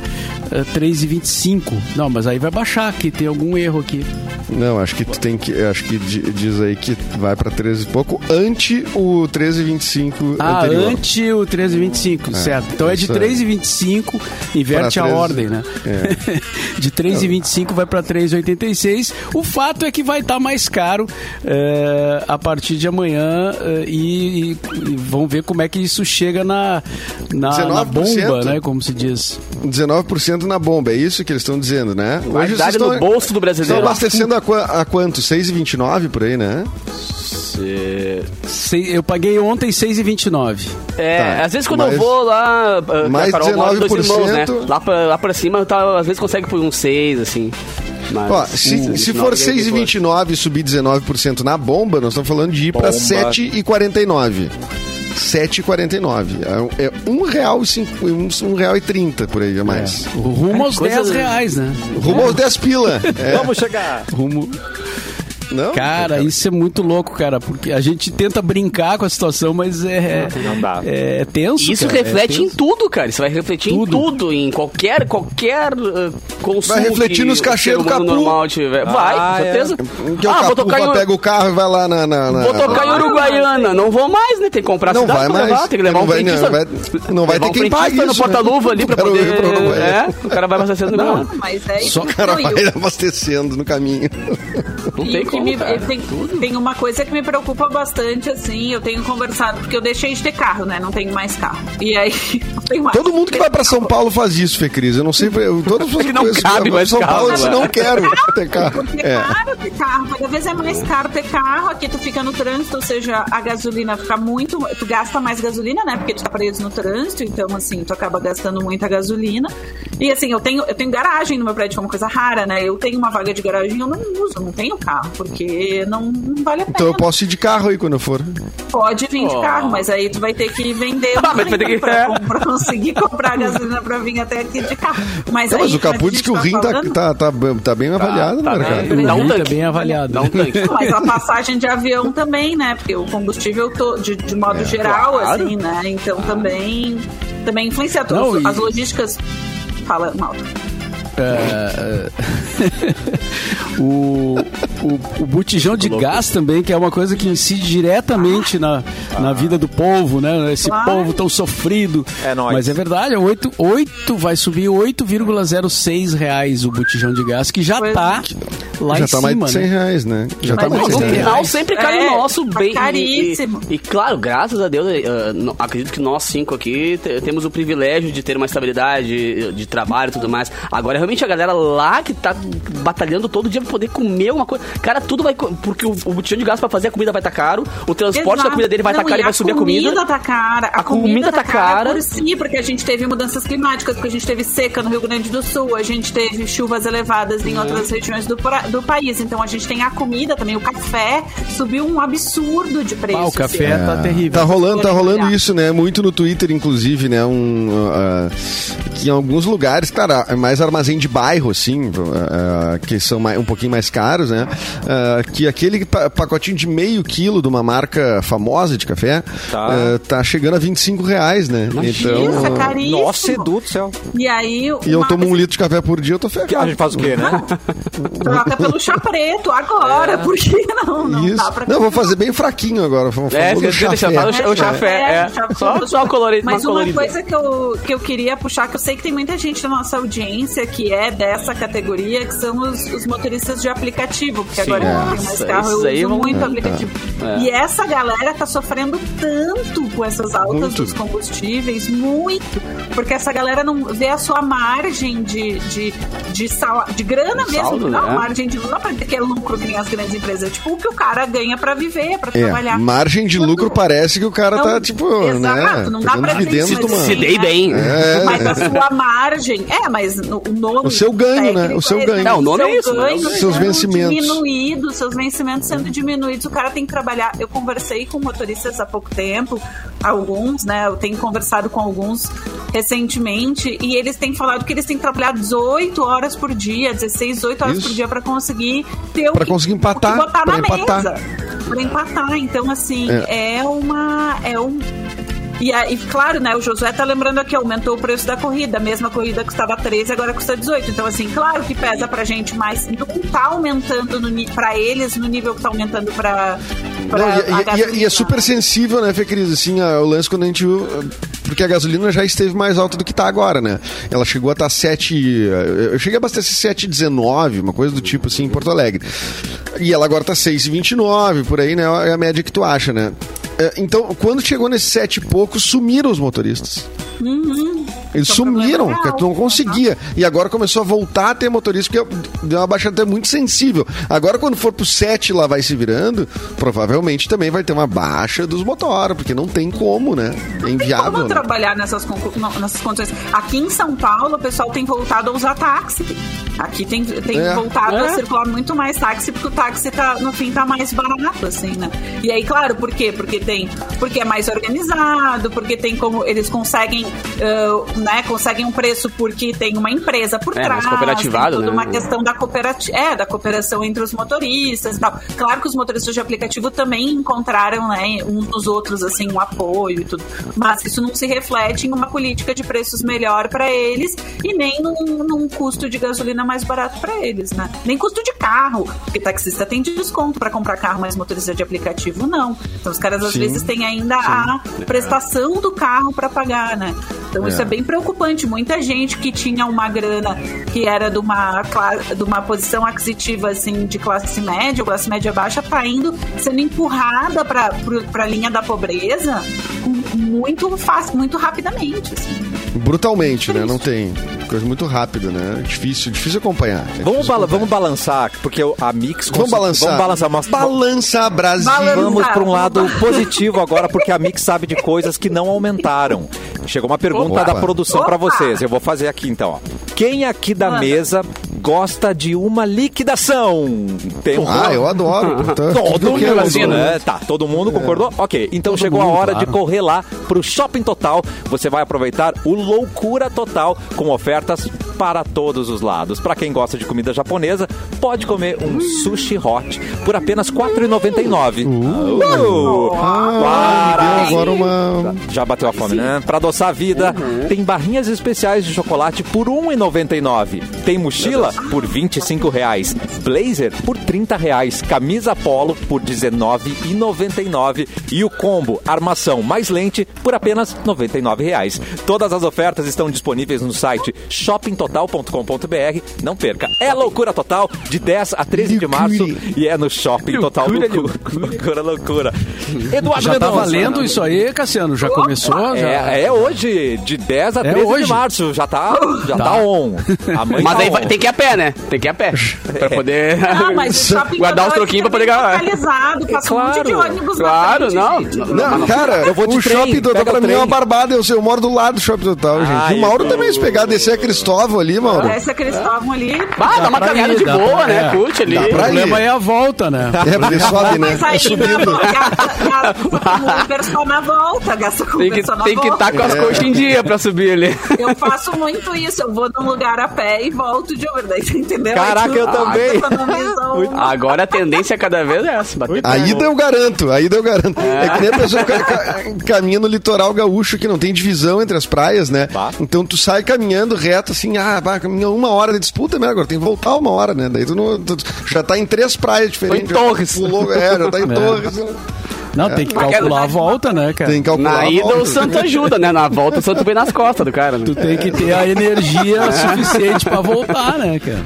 Speaker 5: eh, 3,25. Não, mas aí vai baixar, que tem algum erro aqui.
Speaker 2: Não, acho que tu tem que. Acho que di- diz aí que vai pra 13 e pouco, ante o 13,25
Speaker 5: Ah,
Speaker 2: anterior.
Speaker 5: ante o 13,25, certo. Então é de
Speaker 2: isso aí.
Speaker 5: 3,25, inverte
Speaker 2: Pra é. 13,
Speaker 5: a ordem, né? (laughs) de 3,25 vai para 3,86. O fato é que vai estar mais caro eh, a partir de amanhã eh, e, e vamos ver como é que isso chega na, na, na
Speaker 2: 19%.
Speaker 5: bomba, né? Como se diz.
Speaker 2: 19% na bomba, é isso que eles estão dizendo, né?
Speaker 3: Vai
Speaker 2: vocês
Speaker 3: dar no
Speaker 2: estão-
Speaker 3: bolso do
Speaker 2: Estão
Speaker 3: brasileiro.
Speaker 2: abastecendo a, qua- a quanto? 6,29 por aí, né?
Speaker 5: Sei- eu paguei ontem 6,29.
Speaker 3: É,
Speaker 2: Tá.
Speaker 3: às vezes quando
Speaker 2: Mas-
Speaker 3: eu vou lá, ah,
Speaker 2: mais
Speaker 3: Carol, mora com dois
Speaker 2: 19%.
Speaker 3: irmãos, né? Lá pra, lá pra cima, tá, às vezes consegue por uns 6, assim. Mas,
Speaker 2: Ó, se,
Speaker 3: Hum,
Speaker 2: se
Speaker 3: 19,
Speaker 2: for
Speaker 3: aí depois.
Speaker 2: 6,29 e subir 19% na bomba, nós estamos falando de ir para
Speaker 1: Bomba.
Speaker 2: 7,49. 7,49. É, é R$1,30 por aí a mais.
Speaker 3: É.
Speaker 5: Rumo aos
Speaker 3: coisa-
Speaker 5: 10 reais, né?
Speaker 2: Rumo aos 10
Speaker 3: (laughs)
Speaker 2: pila. É.
Speaker 1: Vamos chegar.
Speaker 5: Rumo,
Speaker 2: Não?
Speaker 5: Cara, isso é muito louco, cara, porque a gente tenta brincar com a situação, mas é.
Speaker 1: Não dá.
Speaker 5: É, é tenso.
Speaker 3: Isso
Speaker 5: cara, é
Speaker 3: reflete em
Speaker 5: tenso.
Speaker 3: tudo, cara. Isso vai refletir em
Speaker 5: Tudo.
Speaker 3: tudo, em qualquer, qualquer ah, consumo.
Speaker 2: Vai refletir
Speaker 3: que
Speaker 2: nos cachê
Speaker 3: o ser
Speaker 2: do
Speaker 3: humano
Speaker 2: Capu.
Speaker 3: normal tiver. Vai,
Speaker 1: Ah, é.
Speaker 3: com certeza.
Speaker 2: Que o
Speaker 3: ah, vou tocar,
Speaker 2: Capuva
Speaker 3: em,
Speaker 2: pega o carro e vai lá na... na, na
Speaker 3: vou tocar em
Speaker 2: na-
Speaker 3: Uruguaiana. Não vou mais, né? Tem que comprar a
Speaker 2: Não
Speaker 3: cidade
Speaker 2: vai
Speaker 3: pra
Speaker 2: mais.
Speaker 3: levar, tem que levar
Speaker 2: Não
Speaker 3: um
Speaker 2: vai- não
Speaker 3: frentista.
Speaker 2: vai- não vai
Speaker 3: levar
Speaker 2: ter
Speaker 3: um
Speaker 2: quem pague
Speaker 3: frentista no
Speaker 2: isso, né?
Speaker 3: porta-luva ali pra
Speaker 2: Quero
Speaker 3: poder...
Speaker 2: ir pra Uruguaiana.
Speaker 3: É, o cara vai abastecendo. Não,
Speaker 4: Não, mas é
Speaker 5: Só-
Speaker 2: (laughs)
Speaker 4: isso.
Speaker 2: O cara
Speaker 4: Não, e o-
Speaker 2: vai abastecendo no caminho.
Speaker 3: não
Speaker 4: E
Speaker 3: tem
Speaker 4: o que
Speaker 3: como,
Speaker 4: me-
Speaker 3: cara.
Speaker 4: tem, tem uma coisa que me preocupa bastante, assim, eu tenho conversado, porque eu deixei de ter carro, né? Não tenho mais carro. E aí, (laughs) não tenho mais.
Speaker 2: Todo mundo que vai pra São Paulo faz isso, Fê Cris. Eu não sei. Eu, todos
Speaker 3: que não cabe mais
Speaker 2: São
Speaker 3: carro,
Speaker 2: Paulo eu
Speaker 3: né?
Speaker 2: não quero ter carro.
Speaker 4: Porque É.
Speaker 2: É.
Speaker 4: caro ter carro, cada vez é mais caro ter carro. Aqui tu fica no trânsito, ou seja, a gasolina fica muito. Tu gasta mais gasolina, né? Porque tu tá preso no trânsito, então assim, tu acaba gastando muita gasolina. E assim, eu tenho, eu tenho garagem no meu prédio, que é uma coisa rara, né? Eu tenho uma vaga de garagem, eu não uso, eu não tenho carro, porque não, não vale a pena.
Speaker 2: Então eu posso ir de carro aí quando eu for.
Speaker 4: Pode vir de
Speaker 3: Oh.
Speaker 4: carro, mas aí tu vai ter que vender
Speaker 3: Ah, mas vai ter que-
Speaker 4: pra, com- pra conseguir comprar
Speaker 3: (laughs)
Speaker 4: gasolina pra vir até aqui de carro. Mas,
Speaker 2: Não,
Speaker 4: aí,
Speaker 2: mas o Capu diz que o rim tá,
Speaker 4: falando-
Speaker 2: tá, tá, bem- tá bem avaliado
Speaker 3: tá
Speaker 2: no
Speaker 3: bem.
Speaker 2: mercado.
Speaker 5: O
Speaker 3: Dá um
Speaker 5: rim tá
Speaker 3: tanque.
Speaker 5: bem avaliado.
Speaker 3: Dá um tanque.
Speaker 4: Mas a passagem de avião também, né? Porque o combustível to- de, de
Speaker 2: É,
Speaker 4: modo geral,
Speaker 3: claro.
Speaker 4: assim, né? Então também, também influencia
Speaker 5: Não,
Speaker 4: todas
Speaker 5: e-
Speaker 4: as logísticas. Fala, mal.
Speaker 5: É, é. o, o, o botijão de gás também, que é uma coisa que incide diretamente na, na vida do povo, né? Esse
Speaker 4: Claro.
Speaker 5: povo tão sofrido.
Speaker 1: Ah. É nóis.
Speaker 5: Mas é verdade, é 8, 8 vai subir 8,06 reais o botijão de gás, que já
Speaker 4: Pois é.
Speaker 5: tá lá
Speaker 2: Já
Speaker 5: em
Speaker 2: tá mais
Speaker 5: cima,
Speaker 2: de 100
Speaker 5: né?
Speaker 2: reais, né? Já
Speaker 5: Mas
Speaker 2: tá mais
Speaker 5: não,
Speaker 2: de
Speaker 5: não
Speaker 2: 100
Speaker 3: No
Speaker 2: reais.
Speaker 3: final sempre cai
Speaker 4: É,
Speaker 3: no nosso
Speaker 4: tá
Speaker 3: bem. e-
Speaker 4: caríssimo.
Speaker 3: E, e, claro, graças a Deus, eh, ah, no- acredito que nós cinco aqui te- temos o privilégio de ter uma estabilidade eh, de trabalho e tudo mais. Agora, realmente, a galera lá que tá batalhando todo dia pra poder comer uma coisa. Cara, tudo vai. co- Porque o, o botijão de gás pra fazer a comida vai estar caro, o transporte
Speaker 4: Exato.
Speaker 3: da comida dele vai estar
Speaker 4: Não,
Speaker 3: caro e
Speaker 4: e
Speaker 3: vai subir a comida.
Speaker 4: tá cara. A,
Speaker 3: A comida tá cara.
Speaker 4: Por si, porque a gente teve mudanças climáticas, porque a gente teve seca no Rio Grande do Sul, a gente teve chuvas elevadas
Speaker 3: Uhum.
Speaker 4: em outras regiões do, pra- do país. Então a gente tem a comida também, o café subiu um absurdo de preço.
Speaker 5: Ah, o
Speaker 4: sim.
Speaker 5: café tá
Speaker 2: Tá
Speaker 5: terrível.
Speaker 2: rolando, tá rolando
Speaker 4: Olhar.
Speaker 2: isso, né? Muito no Twitter, inclusive, né? Um, ah, ah, que em alguns lugares, cara, é mais armazém de bairro, assim, ah, ah, que são mais- um pouquinho mais caros, né? Ah, que aquele pa- pacotinho de meio quilo de uma marca famosa de café
Speaker 1: Tá.
Speaker 2: ah, tá chegando a 25 reais, né?
Speaker 4: Isso, é
Speaker 2: Então. ah,
Speaker 4: caríssimo.
Speaker 1: Nossa, Edu do céu.
Speaker 4: E aí.
Speaker 2: E eu
Speaker 4: uma- assim.
Speaker 2: tomo um litro de café por dia, eu tô
Speaker 1: Que a
Speaker 2: ferrado.
Speaker 1: gente faz o quê, né?
Speaker 4: Troca pelo chá preto agora,
Speaker 3: É.
Speaker 4: (laughs) porque não, não
Speaker 2: Isso.
Speaker 4: dá pra
Speaker 2: Não, vou fazer bem fraquinho agora. vou-
Speaker 3: É,
Speaker 2: vou no
Speaker 3: deixa- deixa-
Speaker 2: chafé.
Speaker 3: fala o chá- o chá- Café, é.
Speaker 4: chá-
Speaker 3: Só- só o colorido,
Speaker 4: tipo, Mas
Speaker 3: uma
Speaker 4: uma
Speaker 3: colorida.
Speaker 4: coisa que eu, que eu queria puxar, que eu sei que tem muita gente da nossa audiência que é dessa categoria, que são os, os motoristas de aplicativo, porque agora eu não tenho mais
Speaker 3: Nossa,
Speaker 4: carro,
Speaker 3: isso aí É.
Speaker 4: eu uso
Speaker 3: vamos-
Speaker 4: muito aplicativo. E essa galera tá sofrendo tanto com essas altas
Speaker 2: Muito.
Speaker 4: dos combustíveis, muito, porque essa galera não vê a sua margem de, de, de, sala, de grana
Speaker 3: O
Speaker 4: mesmo,
Speaker 3: saldo,
Speaker 4: não,
Speaker 3: né?
Speaker 4: margem de lucro, porque é lucro que nem as grandes empresas, é tipo o que o cara ganha pra viver, pra
Speaker 2: É,
Speaker 4: trabalhar.
Speaker 2: margem de
Speaker 4: Quando-
Speaker 2: lucro parece que o cara
Speaker 4: Não,
Speaker 2: tá, tipo, né?
Speaker 4: exato, não dá
Speaker 2: pegando
Speaker 4: pra dizer,
Speaker 2: dividendos
Speaker 4: mas
Speaker 2: de uma-
Speaker 4: sim,
Speaker 3: Se dei bem.
Speaker 2: É,
Speaker 4: mas a sua margem. É, mas no- o nome.
Speaker 2: O seu ganho, né? O seu
Speaker 4: é-
Speaker 2: ganho.
Speaker 3: Não, o nome é isso, né?
Speaker 4: ganho
Speaker 2: Seus
Speaker 4: sendo
Speaker 2: vencimentos.
Speaker 4: Diminuído, seus vencimentos sendo diminuídos, o cara tem que trabalhar. Eu conversei com motoristas há pouco tempo, alguns, né? Eu tenho conversado com alguns recentemente, e eles têm falado que eles têm que trabalhar 18 horas por dia, 16, 18 horas
Speaker 2: Isso.
Speaker 4: por dia pra conseguir ter o
Speaker 2: Pra
Speaker 4: que-
Speaker 2: conseguir
Speaker 4: o que
Speaker 2: empatar,
Speaker 4: botar
Speaker 2: pra
Speaker 4: na
Speaker 2: empatar.
Speaker 4: mesa. Pra empatar. Então, assim, é, uma. É um, e, aí, claro, né, o Josué tá lembrando aqui, aumentou o preço da corrida. A mesma corrida custava 13, agora custa 18. Então, assim, claro que pesa pra gente, mas não tá aumentando no, ni- pra eles no nível que tá aumentando pra. pra
Speaker 2: Não, e-
Speaker 4: a
Speaker 2: e, e- e é
Speaker 4: gasolina.
Speaker 2: super sensível, né, Fê Cris? Assim, a- o lance quando a gente viu. ah, Porque a gasolina já esteve mais alta do que tá agora, né? Ela chegou a estar 7. eh, Eu cheguei a abastecer 7,19, uma coisa do tipo assim, em Porto Alegre. E ela agora tá 6,29, por aí, né? É a média que tu acha, né? Eh, Então, quando chegou nesse 7 e pouco, sumiram os motoristas. Eles
Speaker 4: Isso é um
Speaker 2: sumiram,
Speaker 4: problema
Speaker 2: que tu não
Speaker 4: real.
Speaker 2: conseguia. E agora começou a voltar a ter motorista, porque deu uma baixada até muito sensível. Agora, quando for pro 7 lá vai se virando, provavelmente também vai ter uma baixa dos motora, porque não tem como, né? É
Speaker 4: Como
Speaker 2: inviável. né?
Speaker 4: trabalhar nessas, concu- não, nessas condições? Aqui em São Paulo, o pessoal tem voltado a usar táxi. Aqui tem, tem
Speaker 2: É.
Speaker 4: voltado
Speaker 3: É.
Speaker 4: a circular muito mais táxi, porque o táxi tá, no fim tá mais barato, assim, né? E aí, claro, por quê? Porque tem. Porque é mais organizado, porque tem como. Eles conseguem, ah, né? Conseguem um preço porque tem uma empresa por
Speaker 3: É, mais
Speaker 4: trás.
Speaker 3: cooperativado,
Speaker 4: tem toda
Speaker 3: né?
Speaker 4: uma questão da cooperativa. É, da cooperação entre os motoristas e tal. Claro que os motoristas de aplicativo também encontraram, né, uns dos outros, assim, um apoio e tudo. Mas isso não se reflete em uma política de preços melhor para eles e nem num, num custo de gasolina mais barato para eles, né? Nem custo de carro, porque taxista tem desconto para comprar carro, mas motorista de aplicativo não. Então os caras às
Speaker 2: Sim.
Speaker 4: vezes têm ainda a prestação do carro para pagar, né? Então isso é bem preocupante. Muita gente que tinha uma grana que era de uma, cla- de uma posição aquisitiva assim de classe média, ou classe média baixa, tá indo sendo empurrada para a linha da pobreza com- muito fácil, muito rapidamente. assim.
Speaker 2: Brutalmente, né? Não tem. Coisa muito rápida, né? Difícil, difícil acompanhar. É
Speaker 1: Vamos,
Speaker 2: difícil
Speaker 1: bala-
Speaker 2: acompanhar.
Speaker 1: vamos balançar, porque o- a Mix...
Speaker 2: Vamos
Speaker 1: consegui-
Speaker 2: balançar.
Speaker 1: Vamos balançar. Mostra,
Speaker 2: Balança Brasil.
Speaker 4: Balança.
Speaker 1: Vamos para um lado positivo agora, porque a Mix sabe de coisas que não aumentaram. Chegou uma pergunta
Speaker 2: Opa.
Speaker 1: da produção para
Speaker 4: Opa.
Speaker 1: vocês. Eu vou fazer aqui então. ó. Quem aqui da
Speaker 4: Manda.
Speaker 1: mesa gosta de uma liquidação? Tem um
Speaker 2: Ah, eu adoro. Então,
Speaker 1: Todo
Speaker 2: tudo
Speaker 1: mundo,
Speaker 2: que eu
Speaker 1: assim,
Speaker 2: adoro.
Speaker 1: né? Tá, todo mundo concordou? Ok, então
Speaker 5: Todo
Speaker 1: chegou a
Speaker 5: mundo,
Speaker 1: hora
Speaker 5: claro.
Speaker 1: de correr lá pro Shopping Total. Você vai aproveitar o Loucura Total com ofertas para todos os lados. Para quem gosta de comida japonesa, pode comer um sushi hot por apenas R$ 4,99. Uh.
Speaker 2: Ah, me
Speaker 1: Para!
Speaker 2: deu agora uma.
Speaker 1: Já bateu a fome, né? Pra adoçar a vida, tem barrinhas especiais de chocolate por um R$ 1,99. Tem mochila por R$ 25 reais. Blazer por R$ 30 reais. Camisa polo por R$ 19,99. E o combo, armação mais lente por apenas R$ 99 reais. Todas as ofertas estão disponíveis no site shoppingtotal.com.br. Não perca. É loucura total de 10 a 13 de março
Speaker 2: Loucura.
Speaker 1: e é no Shopping Total
Speaker 3: Loucura,
Speaker 1: Loucura. Loucura, loucura. Eduardo
Speaker 5: Já tá
Speaker 1: Mendonça.
Speaker 5: valendo isso aí, Cassiano? Já começou? Já... É
Speaker 1: É, é hoje, de 10 a 13 de
Speaker 5: hoje.
Speaker 1: março. Já tá, já tá. on. Amanhã
Speaker 5: Então-
Speaker 3: Mas
Speaker 1: tá
Speaker 3: aí
Speaker 1: on.
Speaker 3: vai- tem que ir a pé, né? Tem que ir a
Speaker 5: (laughs)
Speaker 3: pé. Pra poder.
Speaker 4: Não, Ah,
Speaker 3: (laughs)
Speaker 4: mas o shopping tá
Speaker 3: Guardar
Speaker 4: Canoas
Speaker 3: uns troquinhos pra poder
Speaker 4: fica bem
Speaker 3: ganhar.
Speaker 4: localizado, passa um monte tá de
Speaker 1: Claro,
Speaker 4: ônibus
Speaker 3: Claro,
Speaker 4: na
Speaker 3: não.
Speaker 4: frente, gente.
Speaker 2: Não, cara,
Speaker 1: eu vou de
Speaker 2: o
Speaker 1: trem,
Speaker 2: shopping total
Speaker 1: pega
Speaker 2: pra
Speaker 1: o
Speaker 2: mim é uma
Speaker 1: trem.
Speaker 2: barbada. Eu, sei, eu moro do lado do shopping total, gente.
Speaker 1: Ai,
Speaker 2: E o Mauro
Speaker 1: eu-
Speaker 2: também, é se pegar, descer a Cristóvão ali, Mauro.
Speaker 4: Essa Cristóvão ali.
Speaker 3: É. Bah, dá uma
Speaker 5: pra
Speaker 3: caminhada
Speaker 5: ir,
Speaker 3: de
Speaker 5: dá
Speaker 3: boa,
Speaker 5: pra-
Speaker 3: né?
Speaker 5: é.
Speaker 3: Curte ali.
Speaker 2: Dá
Speaker 5: O
Speaker 2: pra
Speaker 5: problema
Speaker 2: ir.
Speaker 5: é a volta, né?
Speaker 2: É, porque sobe, né?
Speaker 4: Mas aí
Speaker 2: É subindo.
Speaker 3: (laughs)
Speaker 4: gasta Uber só na volta, gasta com
Speaker 3: Tem que
Speaker 4: Uber só na
Speaker 3: tem que tá
Speaker 4: volta.
Speaker 3: estar com as coxas em dia pra subir ali.
Speaker 4: Eu faço muito isso. Eu vou num lugar a pé e volto de Uber. Daí você entendeu? um
Speaker 1: Caraca, eu também. (laughs)
Speaker 4: também.
Speaker 3: Agora a tendência cada vez é essa. Bater
Speaker 2: A ida eu garanto, a ida eu garanto. É, que nem a pessoa que ca- caminha no litoral gaúcho, que não tem divisão entre as praias, né?
Speaker 1: Tá.
Speaker 2: Então tu sai caminhando reto, assim, ah, bah, caminha uma hora de disputa, né? Agora tem que voltar uma hora, né? Daí tu, não, tu já tá em três praias diferentes.
Speaker 3: Foi em Torres.
Speaker 2: Já pulou, é, já tá em
Speaker 5: É.
Speaker 2: Torres. né?
Speaker 5: Não, tem que calcular a volta, né, cara?
Speaker 2: Tem que calcular.
Speaker 3: Na
Speaker 2: a
Speaker 3: ida é
Speaker 2: volta.
Speaker 3: o Santo ajuda, né? Na volta o Santo vem nas costas do cara, né?
Speaker 5: Tu tá- tem que ter (laughs) a energia suficiente pra voltar, né, cara?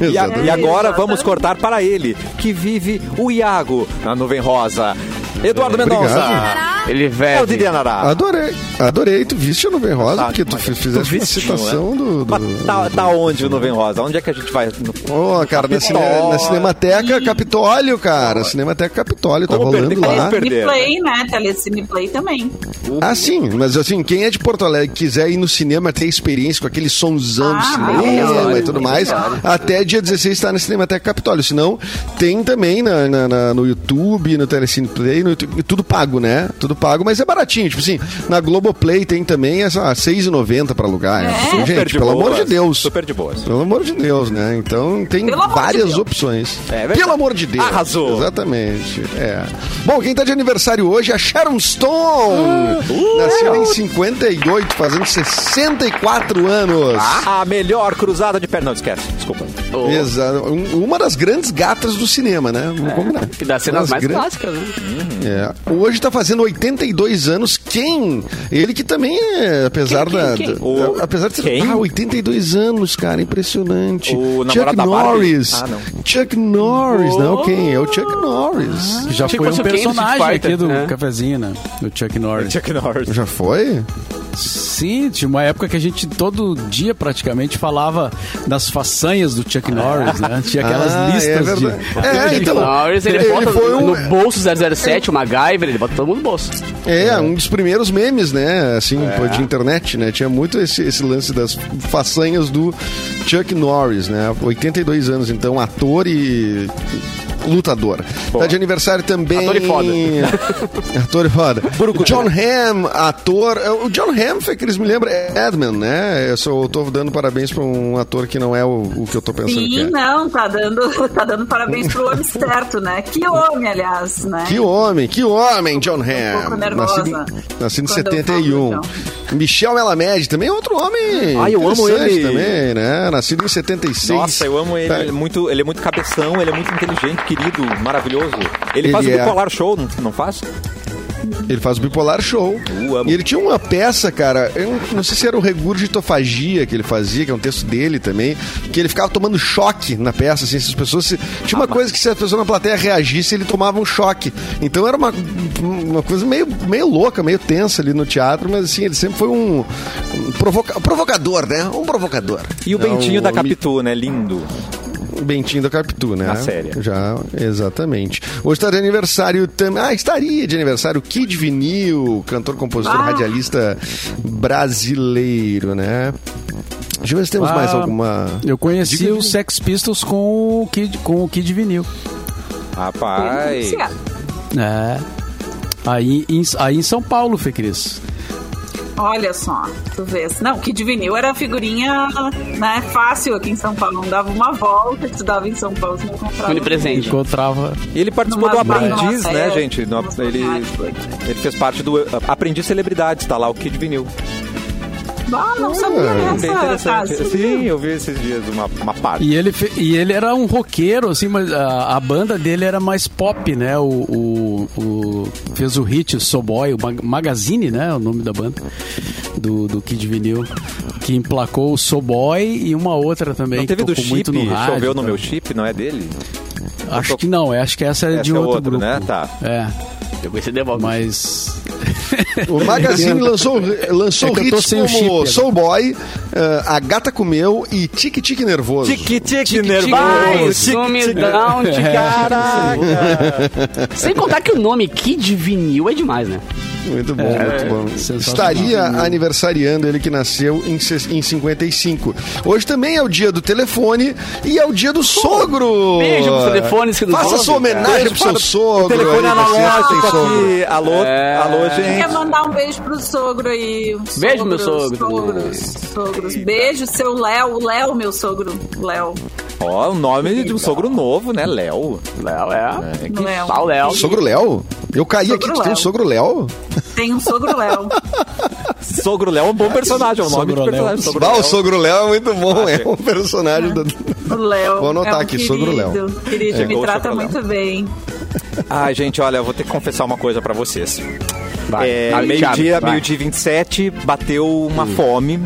Speaker 1: E, a-
Speaker 2: Exatamente.
Speaker 1: e agora vamos cortar para ele, que vive o Iago na nuvem rosa. Eduardo Mendonça.
Speaker 3: Ele
Speaker 1: É o
Speaker 3: velho.
Speaker 1: Didi Anará.
Speaker 2: Adorei, adorei. Tu viste a Nuvem Rosa,
Speaker 1: Ah,
Speaker 2: porque tu
Speaker 1: mas
Speaker 2: fi- fizeste uma
Speaker 1: viste, não é?
Speaker 2: citação do... do...
Speaker 1: Mas tá, tá onde o Nuvem Rosa? Onde é que a gente vai? No-
Speaker 2: Ô, cara, na, cine-
Speaker 1: Capitólio.
Speaker 2: na Cinemateca Capitólio, cara. Cinemateca Capitólio, tá
Speaker 1: Como
Speaker 2: rolando
Speaker 1: perder-
Speaker 2: lá.
Speaker 1: como perder,
Speaker 4: Cineplay, né? Telecineplay também.
Speaker 2: Ah, sim, mas assim, quem é de Porto Alegre e quiser ir no cinema, ter experiência com aquele sonzão do
Speaker 4: Ah,
Speaker 2: cinema
Speaker 4: melhor,
Speaker 2: e tudo mais,
Speaker 4: melhor.
Speaker 2: até dia 16 está na Cinemateca Capitólio. Se não, tem também na, na- na- no YouTube, no Telecine Play, no YouTube, tudo pago, né? Tudo pago, mas é baratinho. Tipo assim, na Globoplay tem também essa ah, R$ 6,90 pra alugar.
Speaker 4: É.
Speaker 2: Assim,
Speaker 1: Super
Speaker 2: gente,
Speaker 1: de
Speaker 2: pelo
Speaker 1: boas.
Speaker 2: amor de Deus.
Speaker 1: Super de boas.
Speaker 2: Pelo amor de Deus, né? Então tem
Speaker 4: Pelo amor de
Speaker 2: várias
Speaker 4: Deus.
Speaker 2: opções.
Speaker 1: É verdade.
Speaker 2: Pelo amor de Deus.
Speaker 1: Arrasou.
Speaker 2: Exatamente. É. Bom, quem tá de aniversário hoje é a Sharon Stone. Nasceu em 58, fazendo 64 anos.
Speaker 1: A melhor cruzada de perna. Não, esquece. Desculpa.
Speaker 2: Exa- um- Uma das grandes gatas do cinema, né? Vamos combinar.
Speaker 3: Que das
Speaker 2: Uma
Speaker 3: cenas
Speaker 2: das
Speaker 3: mais
Speaker 2: grandes-
Speaker 3: clássicas, né?
Speaker 2: é. Hoje tá fazendo 82 anos. Quem? Ele que também é, apesar
Speaker 3: Quem,
Speaker 2: da.
Speaker 3: quem,
Speaker 2: da-
Speaker 1: quem? O-
Speaker 2: apesar de ser.
Speaker 1: quem?
Speaker 2: Ah, 82 anos, cara, impressionante.
Speaker 1: O
Speaker 2: Chuck
Speaker 1: namorado da Barbie?
Speaker 2: Norris.
Speaker 1: Ah, não.
Speaker 2: Chuck Norris,
Speaker 3: Oh!
Speaker 2: não, quem? É o Chuck Norris.
Speaker 5: Que Já
Speaker 3: Achei
Speaker 5: foi
Speaker 3: que fosse
Speaker 5: um
Speaker 3: Tipo o Ken do
Speaker 5: personagem
Speaker 3: Street Fighter,
Speaker 5: aqui do
Speaker 3: né?
Speaker 5: cafezinho, né? Do Chuck Norris.
Speaker 1: Chuck Norris.
Speaker 2: Já foi?
Speaker 5: Sim, tinha uma época que a gente todo dia praticamente falava das façanhas do Chuck Norris, né? Tinha aquelas
Speaker 2: Ah, é
Speaker 5: listas de.
Speaker 2: verdade. É,
Speaker 5: de-
Speaker 2: então,
Speaker 3: Norris, ele,
Speaker 2: ele
Speaker 3: bota
Speaker 2: foi um-
Speaker 3: no bolso 007, o MacGyver, ele bota todo mundo no bolso.
Speaker 2: É, um dos primeiros memes, né? Assim,
Speaker 3: É.
Speaker 2: pô, de internet, né? Tinha muito esse, esse lance das façanhas do Chuck Norris, né? 82 anos, então, ator e lutador. Tá de aniversário também.
Speaker 3: Ator e foda.
Speaker 2: (laughs)
Speaker 3: né?
Speaker 2: ator e foda. John Hamm, ator. é, O John Hamm foi que eles me lembram, é Edman, né? Eu, só, eu tô dando parabéns pra um ator que não é o, o que eu tô pensando que
Speaker 4: Sim,
Speaker 2: é.
Speaker 4: não, tá dando, (laughs) tá dando parabéns pro homem certo, né? Que homem, aliás, né?
Speaker 2: Que homem, que homem, John
Speaker 4: um pouco
Speaker 2: Hamm.
Speaker 4: nervosa
Speaker 2: Nascido, nascido em
Speaker 4: quando eu falo
Speaker 2: 71. Michel Melamed também é outro homem.
Speaker 1: Ah, eu amo
Speaker 2: interessante
Speaker 1: ele.
Speaker 2: também, né? Nascido em 76.
Speaker 1: Nossa, eu amo ele.
Speaker 2: Tá.
Speaker 1: Ele é, muito, ele é muito cabeção, ele é muito inteligente, querido, maravilhoso. Ele, faz o
Speaker 2: Ele é.
Speaker 1: bipolar show, não, não faz?
Speaker 2: Ele faz o Bipolar Show.
Speaker 1: Eu amo.
Speaker 2: E ele tinha uma peça, cara, eu não sei se era o regurgitofagia que ele fazia, que é um texto dele também, que ele ficava tomando choque na peça, assim, se as pessoas... se- Tinha uma
Speaker 1: Ah,
Speaker 2: coisa que se a pessoa na plateia reagisse, ele tomava um choque. Então era uma, uma coisa meio, meio louca, meio tensa ali no teatro, mas assim, ele sempre foi um, um provoca- provocador, né? Um provocador.
Speaker 1: E o
Speaker 2: Não,
Speaker 1: Bentinho da
Speaker 2: um mi-
Speaker 1: Capitu, né? Lindo.
Speaker 2: Bentinho da Capitu, né?
Speaker 1: Na série.
Speaker 2: Já, exatamente. Hoje está de aniversário também. Ah, estaria de aniversário o Kid Vinil, cantor, compositor,
Speaker 4: Ah.
Speaker 2: radialista brasileiro, né? Deixa eu ver se temos
Speaker 5: Ah,
Speaker 2: mais alguma.
Speaker 5: Eu conheci
Speaker 2: Diga,
Speaker 5: os Sex Pistols com o Kid, com o Kid Vinil.
Speaker 1: Rapaz.
Speaker 4: Sim,
Speaker 5: É. Aí em, aí em São Paulo, Fê Cris.
Speaker 4: Olha só, tu vês. Não, que divinil era figurinha, né, fácil aqui em São Paulo. Não dava uma volta, tu dava em São Paulo, tu não comprava.
Speaker 3: Onipresente.
Speaker 5: Encontrava.
Speaker 1: E ele participou do
Speaker 4: Numa barra,
Speaker 1: Aprendiz,
Speaker 4: nossa,
Speaker 1: né,
Speaker 4: é,
Speaker 1: gente? No-
Speaker 4: nossa,
Speaker 1: ele,
Speaker 4: verdade.
Speaker 1: ele fez parte do uh, Aprendiz Celebridades, tá lá o Kid Vinil.
Speaker 4: Ah, não sabia
Speaker 1: Bem
Speaker 4: dessa,
Speaker 1: interessante.
Speaker 4: Tassi.
Speaker 1: Sim, eu vi esses dias uma, uma parte.
Speaker 5: E ele, fe- e ele era um roqueiro, assim, mas a, a banda dele era mais pop, né? O, o- o- fez o hit So Boy, o Mag- Magazine, né? O nome da banda do, do Kid Vinil, que emplacou o So Boy e uma outra também.
Speaker 1: Não
Speaker 5: que
Speaker 1: teve do
Speaker 5: tocou
Speaker 1: chip,
Speaker 5: muito no rádio,
Speaker 1: choveu no
Speaker 5: tá?
Speaker 1: meu chip, não é dele?
Speaker 5: Acho que não, é, acho que essa é
Speaker 1: Essa
Speaker 5: de
Speaker 1: é
Speaker 5: outro,
Speaker 1: outra,
Speaker 5: grupo.
Speaker 1: né? Tá.
Speaker 5: É.
Speaker 3: Depois você devolve.
Speaker 5: Mas.
Speaker 2: O
Speaker 5: (laughs)
Speaker 2: Magazine lançou, um lançou
Speaker 5: É que eu tô
Speaker 2: hits
Speaker 5: sem o
Speaker 2: como
Speaker 5: chip agora.
Speaker 2: Soul Boy, eh, A Gata Comeu e Tique Tique Nervoso.
Speaker 1: Tique, tique,
Speaker 3: Vai,
Speaker 1: nervoso. Tique,
Speaker 3: some
Speaker 1: tique.
Speaker 3: (laughs) down,
Speaker 5: É.
Speaker 3: cara.
Speaker 5: (laughs)
Speaker 1: Caraca.
Speaker 3: ah. Sem contar que o nome Kid Vinil é demais, né?
Speaker 2: Muito bom, muito bom.
Speaker 5: sensacional.
Speaker 2: Estaria aniversariando ele que nasceu em, ses- em 55. Hoje também é o dia do telefone e é o dia do sogro.
Speaker 3: beijo pros telefones que nos
Speaker 2: Faça
Speaker 3: ouvem,
Speaker 2: sua
Speaker 3: cara.
Speaker 2: homenagem pro seu sogro.
Speaker 1: Telefone
Speaker 2: aí, você que
Speaker 1: analógico
Speaker 2: tem sogro.
Speaker 1: aqui. Alô, alô,
Speaker 4: Quer
Speaker 1: gente.
Speaker 4: mandar um beijo pro sogro aí. Sogros,
Speaker 3: Beijo, meu sogro.
Speaker 4: Sogros, sogros. Beijo, seu Léo. Léo, meu sogro. Léo.
Speaker 1: Ó, o nome de um sogro novo, né? Léo.
Speaker 3: Léo, é.
Speaker 4: Léo.
Speaker 3: Pau, Léo.
Speaker 2: Sogro Léo? Eu caí
Speaker 4: Sogro
Speaker 2: aqui, tu tem
Speaker 4: Léo.
Speaker 2: um sogro Léo?
Speaker 4: Tem um sogro Léo.
Speaker 1: Sogro Léo é um bom personagem, é o nome
Speaker 5: Sogro
Speaker 1: de personagem.
Speaker 5: Léo.
Speaker 1: Sogro
Speaker 2: Bah,
Speaker 1: Léo.
Speaker 2: o sogro Léo é muito bom, é um personagem do...
Speaker 4: O Léo.
Speaker 2: Vou anotar
Speaker 4: é um
Speaker 2: aqui, sogro Léo.
Speaker 4: querido, Querido,
Speaker 1: É, Chegou
Speaker 4: me
Speaker 1: o
Speaker 4: trata
Speaker 1: sogro Léo.
Speaker 4: muito bem.
Speaker 1: Ai, gente, olha, eu vou ter que confessar uma coisa pra vocês.
Speaker 3: Vai.
Speaker 1: É,
Speaker 3: Vai,
Speaker 1: meio-dia,
Speaker 3: Thiago, vai. Hum.
Speaker 1: meio-dia e 27, bateu uma fome.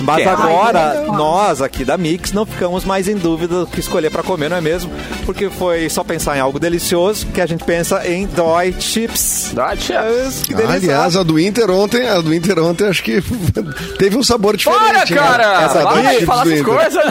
Speaker 1: Mas
Speaker 3: Quer.
Speaker 1: agora, nós aqui da Mix não ficamos mais em dúvida do que escolher pra comer, não é mesmo? Porque foi só pensar em algo delicioso que a gente pensa em dói chips.
Speaker 3: Dói chips.
Speaker 1: Que
Speaker 2: Ah,
Speaker 1: delícia.
Speaker 2: aliás, a do Inter ontem, a do Inter ontem, acho que (laughs) teve um sabor
Speaker 3: Para,
Speaker 2: diferente. né?
Speaker 3: cara!
Speaker 2: Essa do
Speaker 3: Para de
Speaker 2: Chips
Speaker 3: falar
Speaker 2: do
Speaker 3: essas
Speaker 2: Inter.
Speaker 3: coisas,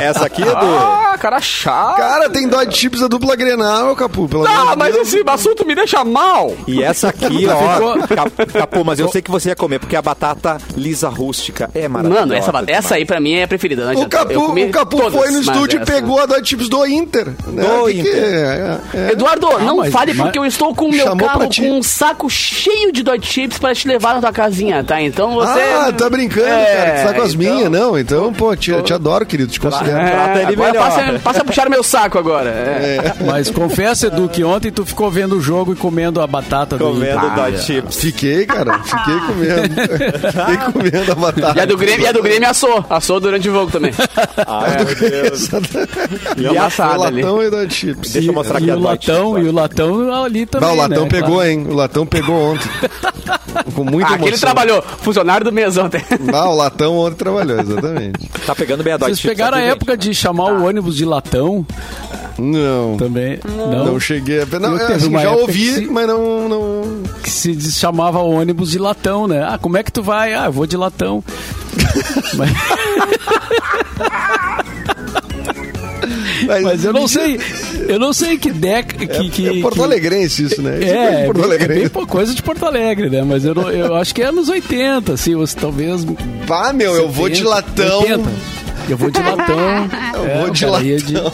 Speaker 2: (laughs)
Speaker 1: Essa aqui é do.
Speaker 3: (laughs) Ah, cara chato!
Speaker 2: Cara, tem dó de chips da dupla Grenal, Capu. Pelo amor
Speaker 3: Ah,
Speaker 2: de
Speaker 3: mas
Speaker 2: Deus.
Speaker 3: esse assunto me deixa mal!
Speaker 1: (laughs) E essa aqui, ó. Cap- Capu, mas eu sei que você ia comer, porque a batata lisa rústica é maravilhosa.
Speaker 3: Mano, essa, essa aí pra mim é a preferida. Não
Speaker 2: O
Speaker 3: adianta. Eu
Speaker 2: Capu,
Speaker 3: comi
Speaker 2: o Capu
Speaker 3: todas, né?
Speaker 2: foi no
Speaker 3: mas
Speaker 2: estúdio e
Speaker 3: essa-
Speaker 2: pegou a dó de chips do Inter. né?
Speaker 1: Do
Speaker 2: Tem que-
Speaker 1: Inter.
Speaker 2: é, é.
Speaker 3: Eduardo, não
Speaker 5: mas-
Speaker 3: fale
Speaker 5: mas-
Speaker 3: porque eu estou com o meu
Speaker 2: Chamou pra
Speaker 3: carro
Speaker 2: ti.
Speaker 3: com um saco cheio de dot chips para te levar na tua casinha, tá? Então você.
Speaker 2: Ah, tá brincando,
Speaker 3: É,
Speaker 2: cara. Tu tá com as
Speaker 3: então-
Speaker 2: minhas, não. Então, pô, te, te adoro, querido. Te considero.
Speaker 3: É,
Speaker 1: Trata ele
Speaker 3: agora
Speaker 1: melhor.
Speaker 3: passa, passa a puxar meu saco agora. É.
Speaker 5: Mas confessa, Edu, que ontem tu ficou vendo o jogo e comendo a batata do
Speaker 1: Comendo
Speaker 5: Inter.
Speaker 1: dói chips.
Speaker 2: Fiquei, cara. Fiquei comendo. fiquei
Speaker 3: (laughs)
Speaker 2: comendo a batata.
Speaker 3: Ah. E a do Grêmio, e a
Speaker 2: (laughs)
Speaker 3: do Grêmio assou. Assou durante o jogo também.
Speaker 1: Ai, Ah, meu Deus.
Speaker 3: E
Speaker 1: a-
Speaker 2: O
Speaker 3: amassada ali.
Speaker 2: Tá latão e dó de chips.
Speaker 1: Deixa eu mostrar aqui
Speaker 5: E
Speaker 1: a
Speaker 5: o
Speaker 1: dói
Speaker 5: latão,
Speaker 1: chips.
Speaker 5: e o latão ali também.
Speaker 2: Não, o latão
Speaker 5: né?
Speaker 2: pegou,
Speaker 5: Claro.
Speaker 2: hein? O latão pegou ontem.
Speaker 3: (laughs)
Speaker 2: Com muita
Speaker 3: Ah,
Speaker 2: emoção.
Speaker 3: aqui ele trabalhou. Funcionário do mesão até.
Speaker 2: Ah, o latão ontem trabalhou, exatamente.
Speaker 1: Tá pegando bem a dói
Speaker 5: Vocês
Speaker 1: chips.
Speaker 5: pegaram a
Speaker 1: aqui, gente.
Speaker 5: época de chamar
Speaker 2: Tá.
Speaker 5: o ônibus de latão
Speaker 2: Não.
Speaker 5: também. Não.
Speaker 2: Não cheguei a. Não,
Speaker 5: Então, Eu
Speaker 2: é,
Speaker 5: teve
Speaker 2: assim,
Speaker 5: uma
Speaker 2: já
Speaker 5: época
Speaker 2: ouvi,
Speaker 5: que se-
Speaker 2: mas não. não...
Speaker 5: que se diz- chamava ônibus de latão, né? Ah, como é que tu vai? Ah, eu vou de latão. Mas eu não sei, eu não sei que década que, que,
Speaker 2: é Porto
Speaker 5: que-
Speaker 2: Alegrense isso, né? Isso coisa de
Speaker 5: É, é
Speaker 2: Porto
Speaker 5: bem, é bem
Speaker 2: Alegrense.
Speaker 5: pouca coisa de Porto Alegre, né? Mas eu, não- eu acho que é anos 80, assim, você talvez.
Speaker 2: Vá, meu, eu vou de
Speaker 5: 70,
Speaker 2: latão.
Speaker 5: 80. Eu vou de latão.
Speaker 2: (laughs) Eu
Speaker 5: É,
Speaker 2: vou de
Speaker 5: o cara ia de-
Speaker 2: latão.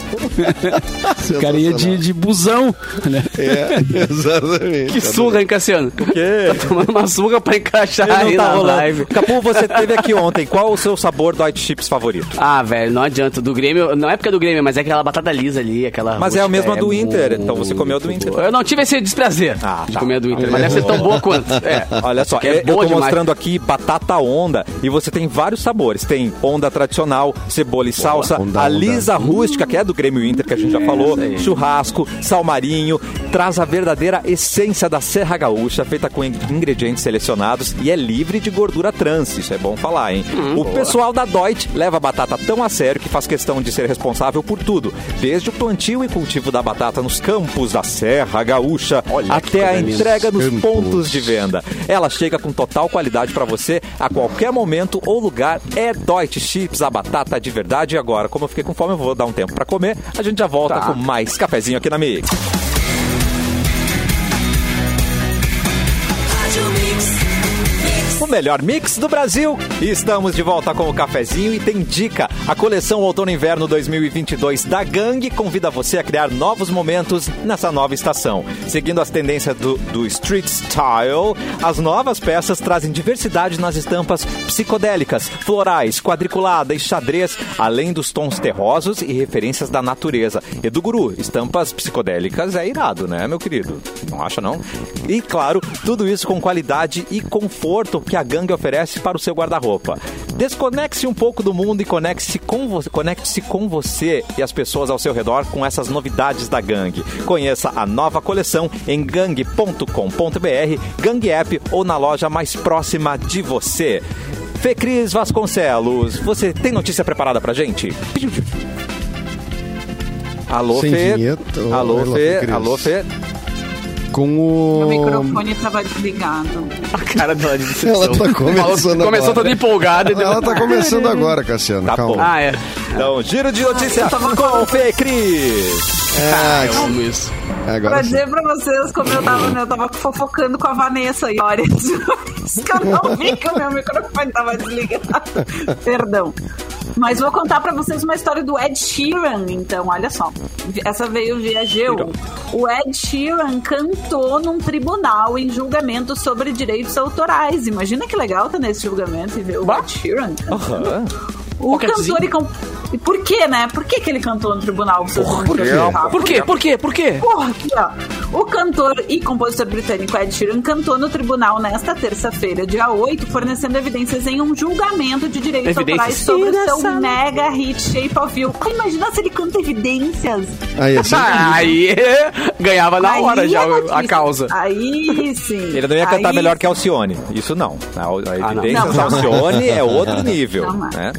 Speaker 5: O cara ia de, de busão, né?
Speaker 2: É, exatamente.
Speaker 3: Que surra, hein, Cassiano? (laughs) Tá tomando uma surra pra encaixar
Speaker 1: Ele não
Speaker 3: aí
Speaker 1: tá
Speaker 3: na
Speaker 1: rolando.
Speaker 3: live.
Speaker 1: Capu, você teve aqui ontem. Qual o seu sabor do White Chips favorito?
Speaker 3: Ah, velho, não adianta. Do Grêmio, não é porque é do Grêmio, mas é aquela batata lisa ali, aquela.
Speaker 1: Mas é a mesma do Inter, então você
Speaker 3: muito
Speaker 1: comeu do Inter.
Speaker 3: boa. Eu não tive esse desprazer
Speaker 1: Ah,
Speaker 3: de
Speaker 1: tá.
Speaker 3: comer a do Inter, mas deve ser tão
Speaker 1: (laughs)
Speaker 3: boa quanto. É.
Speaker 1: Olha só,
Speaker 3: Porque é
Speaker 1: eu tô
Speaker 3: boa demais.
Speaker 1: mostrando aqui batata onda e você tem vários sabores. Tem onda tradicional, cebola e salsa,
Speaker 2: onda,
Speaker 1: a
Speaker 2: onda.
Speaker 1: lisa rústica, que é do Grêmio Inter, que a gente já falou, churrasco, salmarinho, traz a verdadeira essência da Serra Gaúcha, feita com in- ingredientes selecionados e é livre de gordura trans, isso é bom falar, hein? o pessoal da Deutsch leva a batata tão a sério que faz questão de ser responsável por tudo, desde o plantio e cultivo da batata nos campos da Serra Gaúcha até a entrega nos
Speaker 2: Campos.
Speaker 1: pontos de venda. Ela chega com total qualidade pra você a qualquer momento ou lugar. É Deutsche Chips, a batata de verdade. E agora, como eu fiquei com fome, eu vou dar um tempo pra comer. A gente já volta
Speaker 3: Tá.
Speaker 1: com mais cafezinho aqui na Mix. O melhor mix do Brasil. E Estamos de volta com o cafezinho e tem dica. A coleção Outono e Inverno 2022 da Gang convida você a criar novos momentos nessa nova estação. Seguindo as tendências do, do street style, as novas peças trazem diversidade nas estampas psicodélicas, florais, quadriculada e xadrez, além dos tons terrosos e referências da natureza. Edu Guru, estampas psicodélicas é irado, né, meu querido? Não acha, não? E claro, tudo isso com qualidade e conforto que a gangue oferece para o seu guarda-roupa. Desconecte-se um pouco do mundo e conecte-se com, vo conecte com você e as pessoas ao seu redor com essas novidades da gangue. Conheça a nova coleção em gangue.com.br, gangue app ou na loja mais próxima de você. Fê Cris Vasconcelos, você tem notícia preparada pra gente? Alô,
Speaker 2: Sem
Speaker 1: Fê.
Speaker 2: vinheta, ô,
Speaker 1: Alô,
Speaker 2: Elo,
Speaker 1: Fê.
Speaker 2: Cris.
Speaker 1: Alô, Fê.
Speaker 2: com o.
Speaker 4: Meu microfone tava desligado.
Speaker 3: A cara dela de decepção. (laughs)
Speaker 2: Ela tá começando
Speaker 3: Começou
Speaker 2: agora.
Speaker 3: toda empolgada. e deu-
Speaker 2: Ela tá começando agora, Cassiano.
Speaker 1: Tá
Speaker 2: calma.
Speaker 1: bom.
Speaker 3: Ah, é.
Speaker 1: Então, giro de notícia
Speaker 4: eu tava
Speaker 1: com o Fê Cris.
Speaker 2: Ah,
Speaker 3: Eu amo isso.
Speaker 4: Pra
Speaker 2: É, agora sim.
Speaker 4: dizer pra vocês como eu tava, né? Eu tava fofocando com a Vanessa aí. Olha, (laughs) isso que eu não vi que o meu microfone tava desligado. Perdão. Mas vou contar pra vocês uma história do Ed Sheeran, então, olha só. Essa veio via Geo. O Ed Sheeran cantou num tribunal em julgamento sobre direitos autorais. Imagina que legal tá nesse julgamento e ver o Ed Sheeran. cantando. O cantor e, com... e por quê, né? Por que, que ele cantou no tribunal? Vocês vão tá? me perguntar.
Speaker 3: Por quê? Por quê? Por quê?
Speaker 4: Porra, aqui, ó. O cantor e compositor britânico Ed Sheeran cantou no tribunal nesta terça-feira, dia 8, fornecendo evidências em um julgamento de direitos
Speaker 3: Evidências.
Speaker 4: autorais sobre o seu mega hit Shape of You. Ai, imagina se ele canta evidências.
Speaker 2: Aí, assim,
Speaker 3: Tá, Aí (laughs) ganhava na
Speaker 4: Aí
Speaker 3: hora já
Speaker 4: é notícia.
Speaker 3: a causa.
Speaker 4: Aí sim.
Speaker 1: Ele não ia cantar
Speaker 4: Aí
Speaker 1: melhor que Alcione. Isso não. A, a
Speaker 3: Ah, não.
Speaker 1: evidência da
Speaker 4: Não, não.
Speaker 1: Alcione é outro nível.
Speaker 4: Não, Então- não.
Speaker 1: né?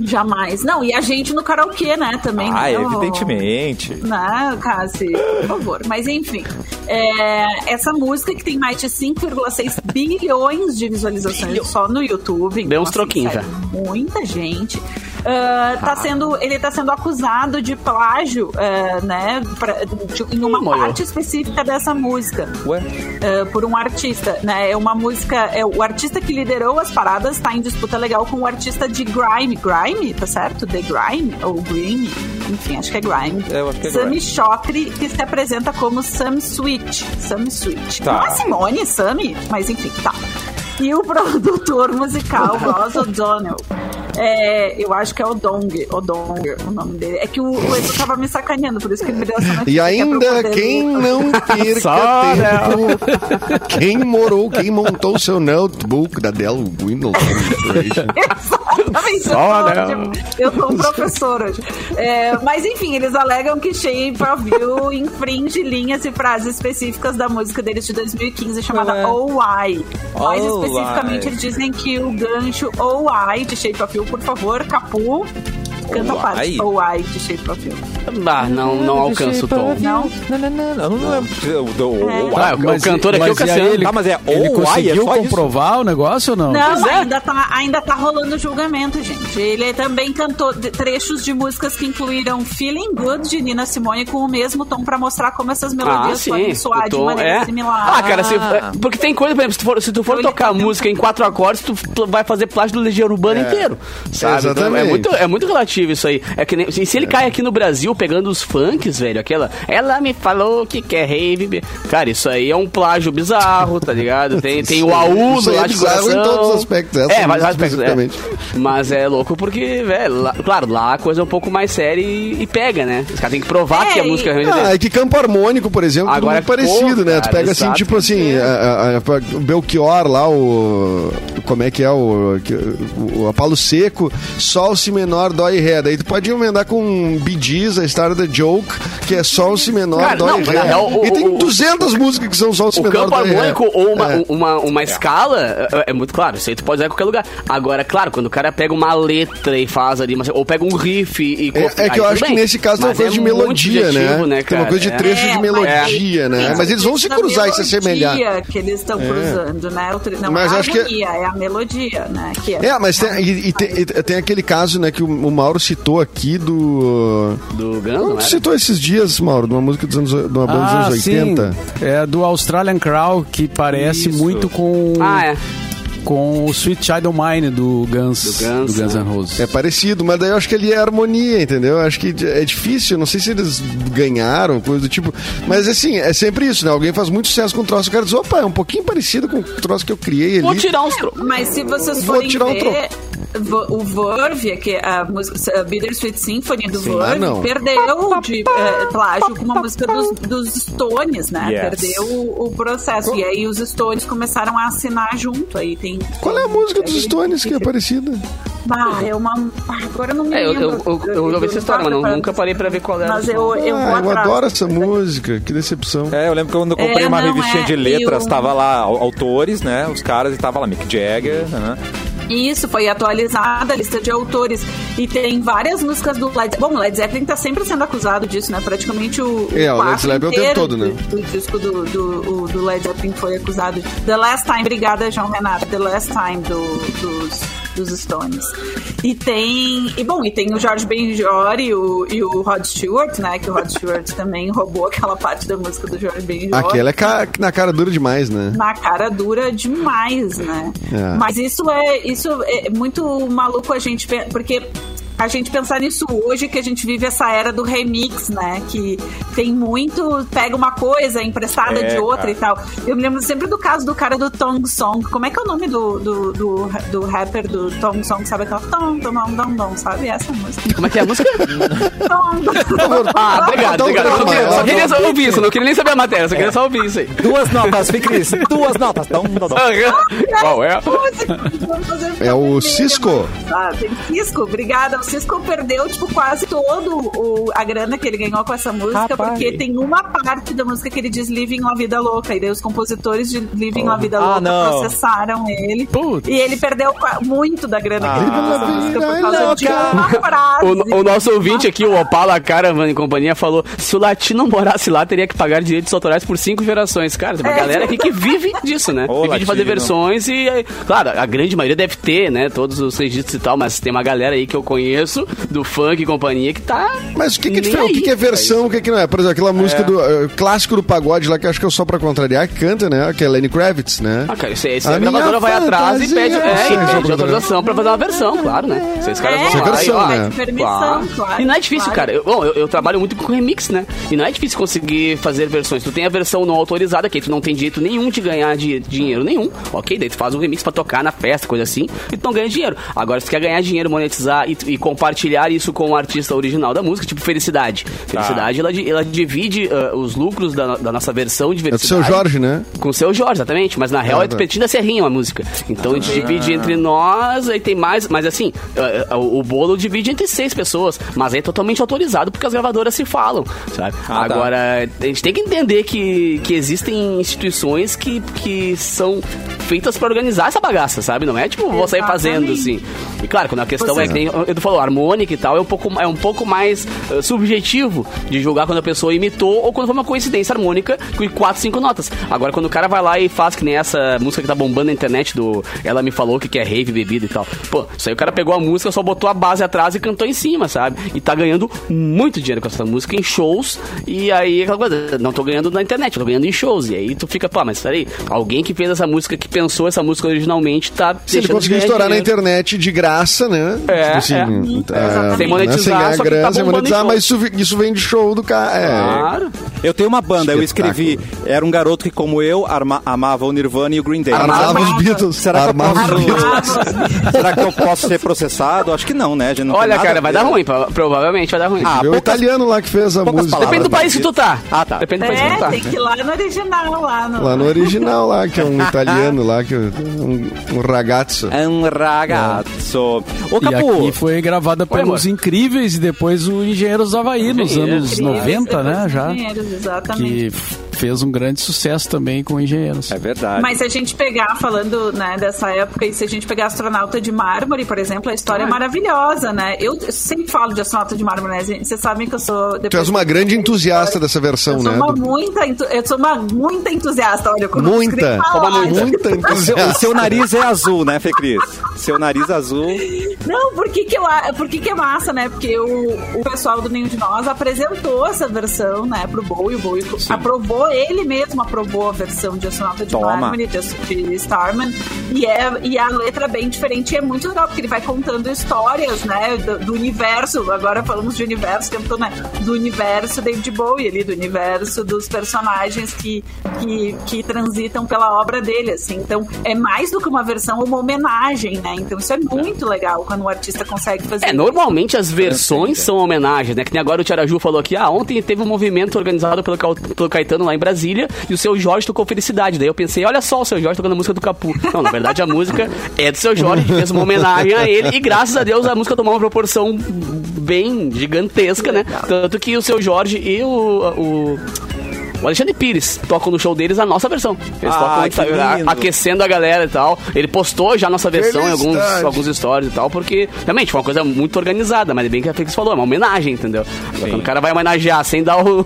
Speaker 4: Jamais. Não, e a gente no karaokê, né, também.
Speaker 1: Ah,
Speaker 4: né, o-
Speaker 1: evidentemente.
Speaker 4: Não, Né, Cassi, por favor. Mas enfim, é, essa música que tem mais de 5,6 bilhões de visualizações só no YouTube.
Speaker 3: Deu uns
Speaker 4: assim,
Speaker 3: troquinhos
Speaker 4: sério, Muita gente. Ah, tá sendo, ele está sendo acusado de plágio, ah, né? pra- de- em uma
Speaker 3: Ih, molhou.
Speaker 4: parte específica dessa música.
Speaker 1: Ué?
Speaker 4: Uh, por um artista, né? É uma música. É, o artista que liderou as paradas está em disputa legal com o artista de Grime. Grime, tá certo? The Grime? Ou Grime? Enfim, acho que é Grime.
Speaker 1: É, eu acho que é
Speaker 4: Sammy
Speaker 1: Grime.
Speaker 4: Chocri, que se apresenta como Sam Sweet. Sam Sweet.
Speaker 1: Tá.
Speaker 4: Não é Simone, Sammy? Mas enfim, tá. E o (laughs) produtor musical, Ross O'Donnell. É, eu acho que é Odong, Odong, o nome dele. É que o, o Edu tava me sacaneando, por isso que ele me deu essa notícia. que
Speaker 2: E
Speaker 4: é pra eu
Speaker 2: ainda
Speaker 4: poder
Speaker 2: quem
Speaker 4: ler. (laughs)
Speaker 2: não perca
Speaker 3: Só
Speaker 2: tempo, quem morou, quem montou seu notebook da Dell Windows Corporation.
Speaker 4: Exatamente.
Speaker 3: Olha.
Speaker 4: Eu tô, tipo, eu sou um professor hoje. É, mas enfim, eles alegam que Shape of You infringe linhas e frases específicas da música deles de 2015 chamada Oh Why. Mais
Speaker 1: Oh,
Speaker 4: especificamente,
Speaker 1: Why.
Speaker 4: eles dizem que o gancho Oh Why de Shape of You, por favor, Capu, canta a
Speaker 1: Oh,
Speaker 4: parte
Speaker 1: Why.
Speaker 4: Oh Why de Shape of You.
Speaker 3: Ah, não, não alcanço o tom.
Speaker 4: Não?
Speaker 1: Não, não, não. Eu não lembro. do-
Speaker 4: É.
Speaker 1: Uai.
Speaker 3: Ah, o cantor aqui é o
Speaker 5: mas e aí
Speaker 3: Cassiano.
Speaker 5: Ele,
Speaker 1: Ah, mas é
Speaker 5: ele
Speaker 1: ou ai, é
Speaker 5: conseguiu
Speaker 1: só isso?
Speaker 5: comprovar o negócio ou não?
Speaker 4: Não,
Speaker 3: Pois é.
Speaker 4: ainda, tá, ainda tá rolando o julgamento, gente. Ele também cantou de- trechos de músicas que incluíram Feeling Good de Nina Simone com o mesmo tom pra mostrar como essas
Speaker 3: Ah,
Speaker 4: melodias
Speaker 3: sim.
Speaker 4: podem soar
Speaker 3: o
Speaker 4: de
Speaker 3: tom
Speaker 4: maneira
Speaker 3: é.
Speaker 4: similar.
Speaker 3: Ah, cara, se, é, porque tem coisa, por exemplo, se tu for, se tu for
Speaker 4: Eu
Speaker 3: tocar
Speaker 4: li-
Speaker 3: música em quatro acordes, tu pl- vai fazer plágio do Legião Urbana inteiro. Sabe? Então, é,
Speaker 2: É. Exatamente.
Speaker 3: muito, é muito relativo isso aí. É que nem- e se ele cai aqui no Brasil pegando os funks, velho, aquela. Ela me falou que quer rave. be-". Cara, isso aí é um plágio bizarro, tá ligado?
Speaker 2: (laughs)
Speaker 3: Tem, tem o AU
Speaker 2: Isso
Speaker 3: no
Speaker 2: aí é
Speaker 3: lá de
Speaker 2: bizarro
Speaker 3: coração.
Speaker 2: em todos os aspectos, essa
Speaker 3: É, mas,
Speaker 2: música
Speaker 3: aspectos, é.
Speaker 2: especificamente.
Speaker 3: mas é louco porque, velho, lá- claro, lá a coisa é um pouco mais séria e, e pega, né? Os caras têm que provar
Speaker 4: É,
Speaker 3: que a
Speaker 4: e-
Speaker 3: música realmente é
Speaker 2: Ah, é que campo harmônico, por exemplo, Agora
Speaker 3: Agora é
Speaker 2: muito parecido,
Speaker 3: pouco,
Speaker 2: né? Tu
Speaker 3: cara,
Speaker 2: pega assim,
Speaker 3: exato.
Speaker 2: tipo assim, a- a- a- o Belchior lá, o. Como é que é? O, que- o, o Apalo Seco, Sol, Si menor, Dó e Ré. Daí tu pode emendar com Bee Gees, a história da Joke, que é Sol, Si menor,
Speaker 3: Cara,
Speaker 2: Dó
Speaker 3: não,
Speaker 2: e
Speaker 3: mas na
Speaker 2: Ré.
Speaker 3: real, o-
Speaker 2: e tem
Speaker 3: o-
Speaker 2: 200 músicas que são Sol, Si
Speaker 3: O
Speaker 2: menor,
Speaker 3: campo
Speaker 2: Dó e Ré.
Speaker 3: harmônico ou uma,
Speaker 2: É.
Speaker 3: uma, uma escala é, é muito claro, isso aí tu pode usar em qualquer lugar. Agora, claro, quando o cara pega uma letra e faz ali, mas- ou pega um riff e.
Speaker 2: É, é que eu acho que nesse caso tem uma
Speaker 3: é
Speaker 2: coisa de melodia, né? Tem uma coisa de
Speaker 3: trecho.
Speaker 2: trecho
Speaker 4: É,
Speaker 2: de melodia, né? Mas eles vão se cruzar e se assemelhar. É.
Speaker 4: que eles estão cruzando, né? O tri- Não
Speaker 2: Mas
Speaker 4: é a
Speaker 2: acho que-
Speaker 4: harmonia, é a melodia, né? Que é...
Speaker 2: É, mas tem, e, e tem, e tem aquele caso, né, que o, o Mauro citou aqui do.
Speaker 3: Do Gano,
Speaker 2: Não,
Speaker 3: né?
Speaker 2: citou esses dias, Mauro, de uma música dos anos, de uma banda dos anos 80.
Speaker 5: Ah, Sim. É do Australian Crow, que parece
Speaker 1: Isso.
Speaker 5: muito com,
Speaker 3: Ah, é.
Speaker 5: com o Sweet Child O' Mine do Guns,
Speaker 3: Do Guns,
Speaker 5: do Guns
Speaker 3: né?
Speaker 5: N' Roses.
Speaker 2: É parecido, mas daí eu acho que ali é harmonia, entendeu? Eu acho que é difícil, não sei se eles ganharam, coisa do tipo. Mas assim, é sempre isso, né? Alguém faz muito sucesso com um troço, o cara diz, opa, é um pouquinho parecido com o troço que eu criei
Speaker 3: Vou
Speaker 2: ali.
Speaker 3: tirar uns tro...
Speaker 4: Mas se vocês
Speaker 2: Vou
Speaker 4: forem
Speaker 2: tirar um
Speaker 4: ver, vo- o Verve, que é a música a Bittersweet Symphony do Verve,
Speaker 2: não.
Speaker 4: perdeu de eh, plágio com uma música dos, dos Stones, né?
Speaker 1: Yes.
Speaker 4: Perdeu o, o processo. E aí os Stones começaram a assinar junto. Aí tem.
Speaker 2: Qual é a música dos Stones que é parecida?
Speaker 4: Ah, é uma. ah, Agora eu não me
Speaker 3: É, eu,
Speaker 4: lembro.
Speaker 3: eu, eu, eu, ouvi essa história, mas não- nunca parei pra ver qual era. é
Speaker 4: Mas eu, eu vou
Speaker 2: Ah, eu
Speaker 4: atrás.
Speaker 2: adoro essa música, que decepção.
Speaker 1: É, eu lembro que quando eu comprei
Speaker 4: É,
Speaker 1: uma
Speaker 4: não,
Speaker 1: revistinha
Speaker 4: é,
Speaker 1: de
Speaker 4: e
Speaker 1: letras,
Speaker 4: o-
Speaker 1: tava lá au- autores, né? Os caras e tava lá Mick Jagger, né?
Speaker 4: Isso, foi atualizada a lista de autores. E tem várias músicas do Led Zeppelin. Bom, o Led Zeppelin tá sempre sendo acusado disso, né? Praticamente o.
Speaker 2: É, o Led
Speaker 4: quadro
Speaker 2: Zeppelin é o tempo
Speaker 4: inteiro
Speaker 2: todo, né?
Speaker 4: do- O disco do, do, o- do Led Zeppelin foi acusado. The Last Time, obrigada, João Renato. The Last Time do- dos. Dos Stones. E tem. E bom, e tem o George Benjor e o, e o Rod Stewart, né? Que o Rod Stewart também roubou aquela parte da música do George Benjor
Speaker 2: Aquela é ca- na cara dura demais, né?
Speaker 4: na cara dura demais, né?
Speaker 2: É.
Speaker 4: Mas isso é isso é muito maluco a gente pe- porque a gente pensar nisso hoje que a gente vive essa era do remix, né? Que tem muito pega uma coisa emprestada
Speaker 1: É,
Speaker 4: de
Speaker 1: cara.
Speaker 4: outra e tal. Eu me lembro sempre do caso do cara do Tong Song. Como é que é o nome do do, do, do rapper do Tong Song? Sabe aquela tom tom tom tom, tom sabe
Speaker 3: (laughs)
Speaker 4: essa música?
Speaker 3: Como é que é a música?
Speaker 4: Tom, tom.
Speaker 3: Ah, obrigado,
Speaker 2: Dá um
Speaker 3: obrigado.
Speaker 2: drama,
Speaker 3: Só queria-
Speaker 2: dá
Speaker 3: Só
Speaker 2: um
Speaker 3: queria só ouvir isso, não queria nem saber a matéria, só queria só ouvir isso aí.
Speaker 1: Duas notas, Ficris. (laughs) Duas notas. Dom, dom, dom.
Speaker 3: (laughs) Aham. Qual é?
Speaker 2: É o Cisco.
Speaker 4: Ah, tem Cisco, obrigada. O Cisco perdeu, tipo, quase todo o, a grana que ele ganhou com essa música,
Speaker 1: Rapaz.
Speaker 4: porque tem uma parte da música que ele diz Living La Vida Louca, e daí os compositores de Living La Vida
Speaker 1: Ah,
Speaker 4: Louca
Speaker 1: não.
Speaker 4: processaram ele.
Speaker 5: Putz.
Speaker 4: E ele perdeu qua- muito da grana que ele ganhou com essa
Speaker 2: Ah.
Speaker 4: música por
Speaker 2: Vida
Speaker 4: causa de
Speaker 1: louca.
Speaker 4: uma frase.
Speaker 3: O, o nosso ouvinte aqui, o Opala Caravan e companhia, falou: se o latino morasse lá, teria que pagar direitos autorais por cinco gerações. Cara, tem uma
Speaker 4: É.
Speaker 3: galera aqui que vive disso, né?
Speaker 1: Ô,
Speaker 3: vive de fazer
Speaker 1: latino.
Speaker 3: versões e, aí, claro, a grande maioria deve ter, né? Todos os registros e tal, mas tem uma galera aí que eu conheço, do funk e companhia, que tá.
Speaker 2: Mas o que, que, é
Speaker 3: Nem
Speaker 2: diferente? o que,
Speaker 3: aí.
Speaker 2: que é versão, o que, que não é? Por exemplo, aquela música do eh, clássico do pagode lá, que eu acho que é o só pra contrariar, que canta, né? Que é Lenny Kravitz, né?
Speaker 3: Ah, cara, isso aí, isso
Speaker 2: A
Speaker 3: aí, a
Speaker 2: minha
Speaker 3: gravadora vai atrás e
Speaker 2: fantasia
Speaker 3: pede,
Speaker 2: é
Speaker 3: é, e
Speaker 2: essa,
Speaker 3: pede
Speaker 2: Bárbara.
Speaker 3: autorização pra fazer uma versão, claro, né? Esses caras
Speaker 4: É,
Speaker 3: vão lá e,
Speaker 2: versão,
Speaker 3: ó,
Speaker 2: né?
Speaker 4: de permissão,
Speaker 3: Claro.
Speaker 4: claro,
Speaker 3: E não é difícil,
Speaker 4: claro.
Speaker 3: cara. Eu, bom, eu, eu trabalho muito com remix, né? E não é difícil conseguir fazer versões. Tu tem a versão não autorizada, que aí tu não tem direito nenhum de ganhar de, dinheiro nenhum. Ok, daí tu faz um remix pra tocar na festa, coisa assim, e tu não ganha dinheiro. Agora, se tu quer ganhar dinheiro, monetizar e, e compartilhar isso com o artista original da música, tipo Felicidade. Felicidade,
Speaker 4: Tá.
Speaker 3: ela, di- ela divide ah, os lucros da, da nossa versão de
Speaker 2: É do seu
Speaker 3: Felicidade.
Speaker 2: Jorge, né?
Speaker 3: Com o seu Jorge, exatamente. Mas na real
Speaker 2: Ah,
Speaker 3: é do
Speaker 2: tá.
Speaker 3: Petinho da Serrinha uma música. Então a gente divide entre
Speaker 1: Ah.
Speaker 3: nós, aí tem mais. Mas assim, eh, eh, o o bolo divide entre seis pessoas. Mas é totalmente autorizado porque as gravadoras se falam, sabe?
Speaker 1: Ah, tá.
Speaker 3: Agora, a gente tem que entender que, que existem instituições que, que são feitas pra organizar essa bagaça, sabe? Não é tipo, vou sair fazendo assim. E claro, quando a questão é que nem o Edu falou, harmônica e tal, é um pouco, é um pouco mais eh, subjetivo de julgar quando a pessoa imitou ou quando foi uma coincidência harmônica com quatro, cinco notas. Agora, quando o cara vai lá e faz que nem essa música que tá bombando na internet do Ela Me Falou que quer rave, bebida e tal. Pô, isso aí o cara pegou a música, só botou a base atrás e cantou em cima, sabe? E tá ganhando muito dinheiro com essa música em shows. E aí, é aquela coisa, não tô ganhando na internet, eu tô ganhando em shows. E aí tu fica, pô, mas peraí, alguém que fez essa música, que pensou essa música originalmente, tá
Speaker 2: Se ele
Speaker 3: deixando de
Speaker 2: conseguir
Speaker 3: ganhar
Speaker 2: estourar na
Speaker 3: dinheiro.
Speaker 2: internet de graça, né?
Speaker 3: É, é.
Speaker 2: ah,
Speaker 4: exatamente.
Speaker 2: né?
Speaker 4: Sem
Speaker 3: monetizar,
Speaker 2: Sem ganhar
Speaker 3: só que tá
Speaker 2: grana, sem
Speaker 3: bombando
Speaker 2: monetizar,
Speaker 3: em
Speaker 2: mas isso, vi- isso vem de show do cara. É.
Speaker 3: Claro.
Speaker 1: Eu tenho uma banda, eu
Speaker 2: Espetáculo.
Speaker 1: escrevi. Era um garoto que, como eu, arma- amava o Nirvana e o Green Day.
Speaker 2: Armava os Beatles.
Speaker 1: Será que eu
Speaker 2: armava
Speaker 1: posso-
Speaker 2: os Beatles.
Speaker 1: Será que eu posso ser processado? Acho que não, né? A gente não tem
Speaker 3: Olha,
Speaker 1: nada
Speaker 3: cara,
Speaker 1: a
Speaker 3: vai
Speaker 1: ver.
Speaker 3: dar ruim, pro- provavelmente vai dar ruim.
Speaker 1: Ah,
Speaker 2: Vê o
Speaker 1: poucas-
Speaker 2: um italiano lá que fez a
Speaker 1: poucas
Speaker 2: música.
Speaker 1: palavras.
Speaker 3: Depende do país que tu tá.
Speaker 1: Ah, tá.
Speaker 3: Depende do país que tu
Speaker 4: É,
Speaker 3: tá.
Speaker 4: tem que ir lá no original lá. No...
Speaker 2: Lá no original lá, que é um italiano lá, que é um, um ragazzo.
Speaker 1: É um ragazzo. Ô,
Speaker 5: E
Speaker 1: Capu,
Speaker 5: aqui foi gravada pelos
Speaker 3: amor.
Speaker 5: Incríveis e depois o Engenheiros do Havaí, nos
Speaker 3: Engenheiros.
Speaker 5: anos 90, né, já.
Speaker 4: Exatamente.
Speaker 5: Que fez um grande sucesso também com Engenheiros.
Speaker 1: é verdade.
Speaker 4: Mas se a gente pegar, falando né, dessa época, e se a gente pegar astronauta de mármore, por exemplo, a história é maravilhosa, né? Eu sempre falo de astronauta de mármore, né? Vocês sabem que eu sou.
Speaker 2: Tu és uma grande entusiasta dessa versão,
Speaker 4: eu sou
Speaker 2: né?
Speaker 4: uma
Speaker 2: do-
Speaker 4: muita, entu- eu sou uma muita entusiasta, olha, quando eu
Speaker 2: Muita.
Speaker 4: escrevo, fala,
Speaker 3: Como a
Speaker 4: olha. (laughs)
Speaker 2: Muita
Speaker 1: Seu, o
Speaker 2: entusiasta.
Speaker 1: seu nariz é azul, né, Fê Cris? Seu nariz azul.
Speaker 4: Não, por que que, eu, a- por que que é massa, né? Porque o, o pessoal do Nenhum de Nós apresentou essa versão, né, pro Bowie, o Bowie aprovou, ele mesmo aprovou a versão de Astronauta de
Speaker 1: Toma.
Speaker 4: Mármore, de, Ast- de Starman, e, é, e a letra é bem diferente e é muito legal, porque ele vai contando histórias, né, do, do universo, agora falamos de universo, o tempo todo, né, do universo David Bowie ali, do universo dos personagens que, que, que transitam pela obra dele, assim, então é mais do que uma versão, uma homenagem, né, então isso é muito legal quando o artista consegue fazer
Speaker 3: É, normalmente as versões são homenagens, né? Que nem agora o Tiaraju falou aqui, ah, ontem teve um movimento organizado pelo, Cau- pelo Caetano lá em Brasília e o seu Jorge tocou Felicidade. Daí eu pensei, olha só o seu Jorge tocando a música do Capu. Não, na verdade a música é do seu Jorge, a gente fez uma homenagem a ele e graças a Deus a música tomou uma proporção bem gigantesca, né? Tanto que o seu Jorge e o. o o Alexandre Pires. Tocam no show deles a nossa versão. Eles
Speaker 1: Ah,
Speaker 3: tocam
Speaker 1: que
Speaker 3: sabe, a-
Speaker 1: lindo.
Speaker 3: aquecendo a galera e tal. Ele postou já a nossa versão em alguns,
Speaker 2: Felicidade.
Speaker 3: alguns stories e tal, porque realmente foi uma coisa muito organizada, mas é bem que a Fix falou, é uma homenagem, entendeu? Agora, Quando o cara vai homenagear sem dar o-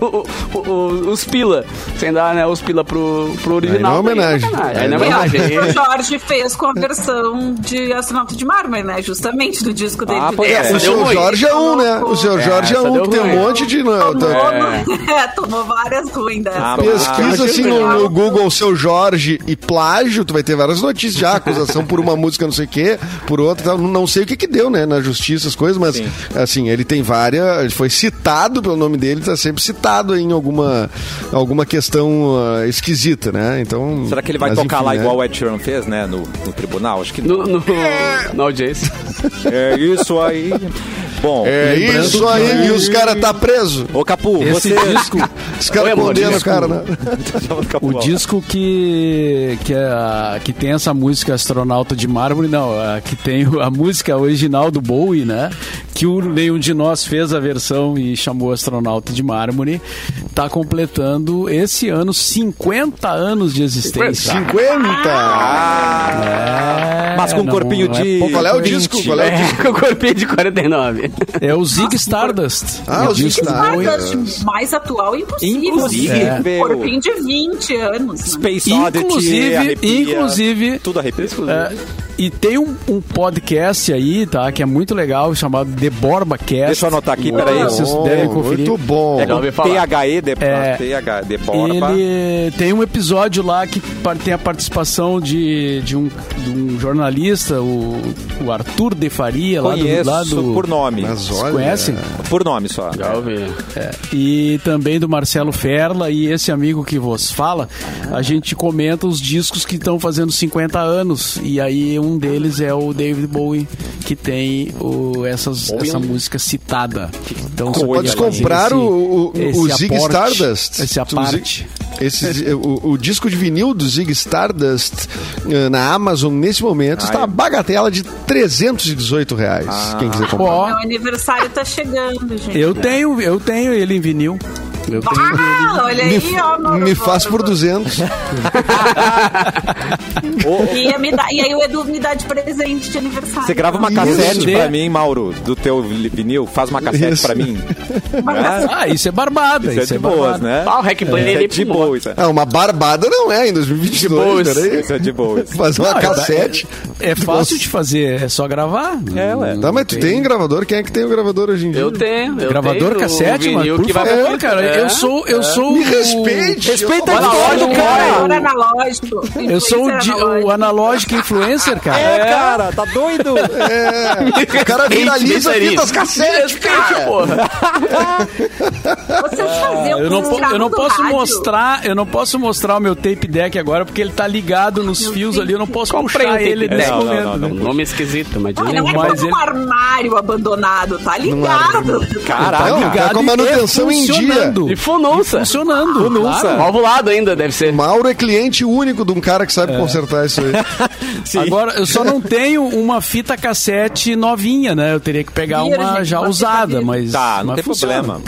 Speaker 3: o- o- os pila, sem dar né, os pila pro, pro original.
Speaker 2: não é homenagem.
Speaker 3: Aí não é
Speaker 2: Aí não é
Speaker 3: homenagem.
Speaker 4: O Jorge fez com a versão de Astronauta de Mármore, né? Justamente do disco dele.
Speaker 3: Ah,
Speaker 4: de
Speaker 3: pois é,
Speaker 4: dentro.
Speaker 3: essa
Speaker 2: O
Speaker 3: deu
Speaker 2: seu
Speaker 3: ruim.
Speaker 2: Jorge é um, né? O seu
Speaker 4: É,
Speaker 2: Jorge é
Speaker 3: essa
Speaker 2: um
Speaker 3: deu
Speaker 2: que tem um
Speaker 3: ruim.
Speaker 2: monte de.
Speaker 4: Tomou,
Speaker 2: tá-
Speaker 4: é, tomou várias (laughs) ruins dessa.
Speaker 1: Ah,
Speaker 2: Pesquisa
Speaker 1: Ah,
Speaker 2: assim no, no Google seu Jorge e plágio, tu vai ter várias notícias já, acusação por uma música não sei o quê, por outra, tal. não sei o que que deu, né, na justiça as coisas, mas assim, ele tem várias, ele foi citado pelo nome dele, tá sempre citado em alguma alguma questão ah, esquisita, né? Então,
Speaker 1: Será que ele vai
Speaker 2: mas
Speaker 1: tocar
Speaker 2: enfim,
Speaker 1: lá
Speaker 2: né?
Speaker 1: igual o Ed Sheeran fez, né? No, no tribunal? Acho que não.
Speaker 3: No, no, na audiência.
Speaker 1: É isso aí. Bom,
Speaker 2: É
Speaker 1: lembrando
Speaker 2: isso aí, e os caras tá preso.
Speaker 1: Ô, Capu,
Speaker 5: Esse
Speaker 1: É, você... (laughs)
Speaker 5: disco,
Speaker 2: Os caras
Speaker 3: Oi, amor,
Speaker 2: condenam o
Speaker 5: disco.
Speaker 2: cara,
Speaker 1: Tá.
Speaker 2: né?
Speaker 1: Capu,
Speaker 5: o
Speaker 1: ó.
Speaker 5: disco que que, é a- que tem essa música Astronauta de Mármore, não, a que tem o- a música original do Bowie, né? Que o Nenhum de Nós fez a versão e chamou Astronauta de Mármore, tá completando esse ano 50 anos de existência.
Speaker 2: 50!
Speaker 1: Ah,
Speaker 5: É,
Speaker 1: Mas com um
Speaker 5: não,
Speaker 1: corpinho
Speaker 5: não é
Speaker 1: de...
Speaker 5: pouca
Speaker 2: Qual é o
Speaker 5: coisa.
Speaker 2: disco? Qual é o disco?
Speaker 3: É, com o corpinho de 49.
Speaker 5: É o Zig Stardust.
Speaker 2: Ah, o Zig
Speaker 5: disco do
Speaker 2: Stardust.
Speaker 5: Bowie.
Speaker 4: Stardust assim, mais atual impossível.
Speaker 1: Impossível.
Speaker 4: Um Corpinho de 20 anos. Né?
Speaker 1: Space Oddity,
Speaker 5: Inclusive-
Speaker 1: arrepia.
Speaker 5: inclusive-
Speaker 1: Tudo arrepia.
Speaker 5: É, e tem um, um podcast aí, tá? Que é muito legal, chamado The Borba Cast.
Speaker 1: Deixa eu anotar aqui, peraí.
Speaker 5: Vocês devem conferir.
Speaker 2: muito bom.
Speaker 1: É
Speaker 3: Já
Speaker 1: com
Speaker 3: ouvi falar.
Speaker 1: THE, de,
Speaker 5: É.
Speaker 1: TH, de Borba.
Speaker 5: Ele tem um episódio lá que par- tem a participação de, de, um, de um jornalista, o, o Arthur de Faria, lá do,
Speaker 1: Conheço
Speaker 5: lá do.
Speaker 1: por nome.
Speaker 2: Mas
Speaker 5: Vocês
Speaker 2: olha,
Speaker 5: conhecem?
Speaker 1: Por nome só.
Speaker 3: Já ouvi.
Speaker 5: É, E também do Marcelo Ferla e esse amigo que vos fala, a gente comenta os discos que estão fazendo 50 anos. E aí um deles é o David Bowie, que tem o, essas,
Speaker 2: é
Speaker 5: essa
Speaker 2: um
Speaker 5: música citada. Então
Speaker 2: Você
Speaker 5: você
Speaker 2: pode comprar o, o, o Zig Stardust.
Speaker 5: Esse
Speaker 2: O Zig-
Speaker 5: aparte.
Speaker 2: esse zi- o, o disco de vinil do Zig Stardust eh, na Amazon, nesse momento, está a bagatela de 318 reais. Quem quiser comprar.
Speaker 5: Ó,
Speaker 4: Meu aniversário tá chegando, gente.
Speaker 5: eu tenho, eu tenho ele
Speaker 2: (laughs)
Speaker 5: em vinil. Eu tenho
Speaker 4: Ah, olha
Speaker 2: Me,
Speaker 4: aí, ó. Mauro
Speaker 2: me faz por
Speaker 4: Borba.
Speaker 2: 200.
Speaker 4: E, ia me dar- e aí o Edu me dá de presente de aniversário.
Speaker 1: Você grava uma
Speaker 2: Isso.
Speaker 1: cassete
Speaker 5: Isso.
Speaker 1: pra mim, Mauro, do teu vinil. Faz uma cassete
Speaker 2: Isso.
Speaker 1: pra mim.
Speaker 4: Mas-
Speaker 5: Ah, isso é barbada.
Speaker 1: Isso é de boas,
Speaker 5: barbada.
Speaker 1: né?
Speaker 3: Ah, o Hack Play
Speaker 1: Isso
Speaker 3: ali,
Speaker 1: é de
Speaker 3: pô.
Speaker 1: boa, isso é.
Speaker 2: Ah, uma barbada não é em 2022,
Speaker 3: boas.
Speaker 2: peraí.
Speaker 1: Isso é de boa. isso.
Speaker 2: Fazer uma
Speaker 5: Não, é-
Speaker 2: cassete.
Speaker 5: É, fácil de fazer, é só gravar.
Speaker 1: É, ué.
Speaker 2: Tá, mas tu tem gravador? Quem é que tem o gravador hoje em dia?
Speaker 3: Eu tenho. Eu
Speaker 5: Gravador,
Speaker 3: tenho
Speaker 5: cassete,
Speaker 3: o
Speaker 5: mano.
Speaker 3: vinil
Speaker 5: Por
Speaker 3: que vai
Speaker 5: favor,
Speaker 3: pra- É.
Speaker 5: cara. Eu sou. Eu sou
Speaker 2: Me
Speaker 5: o-
Speaker 2: respeite!
Speaker 1: Respeita
Speaker 3: Olha
Speaker 1: a
Speaker 3: lá,
Speaker 1: história do
Speaker 3: olha
Speaker 1: cara.
Speaker 3: lá.
Speaker 4: Agora analógico.
Speaker 5: Eu sou o, di-
Speaker 4: é
Speaker 5: o analógico influencer, cara.
Speaker 1: É, cara, tá doido?
Speaker 2: É, o cara viraliza
Speaker 3: Respeite,
Speaker 2: fitas cassete, cara.
Speaker 3: porra.
Speaker 4: Você fazer
Speaker 5: Eu não,
Speaker 4: um
Speaker 5: po- eu não
Speaker 4: escravo do
Speaker 5: posso
Speaker 4: rádio.
Speaker 5: mostrar, eu não posso mostrar o meu tape deck agora porque ele tá ligado nos fios ali, eu não posso
Speaker 3: Comprei um
Speaker 5: puxar
Speaker 3: tape
Speaker 5: ele
Speaker 3: deck.
Speaker 5: nesse
Speaker 1: Não, não,
Speaker 5: momento.
Speaker 1: não, não.
Speaker 5: né?
Speaker 3: Nome esquisito, mas
Speaker 4: Ah,
Speaker 3: dizem.
Speaker 4: não é
Speaker 5: Mas
Speaker 4: como
Speaker 5: ele-
Speaker 4: um armário abandonado, tá ligado?
Speaker 2: Não,
Speaker 1: Caralho,
Speaker 2: tá com a
Speaker 5: e
Speaker 2: manutenção em dia.
Speaker 5: funcionando.
Speaker 3: E funonça.
Speaker 5: Então, Funcionando.
Speaker 3: Funonça.
Speaker 5: claro.
Speaker 3: Valvulado um ainda, deve ser.
Speaker 2: Mauro é cliente único de um cara que sabe consertar isso aí.
Speaker 5: Agora,
Speaker 2: (laughs)
Speaker 5: eu só não tenho uma fita cassete novinha, né? Eu teria que pegar
Speaker 4: Vira,
Speaker 5: uma
Speaker 4: gente,
Speaker 5: já
Speaker 4: uma fita
Speaker 5: usada,
Speaker 4: vira.
Speaker 5: mas.
Speaker 1: Tá, não
Speaker 5: mas
Speaker 1: tem
Speaker 5: funciona.
Speaker 1: problema.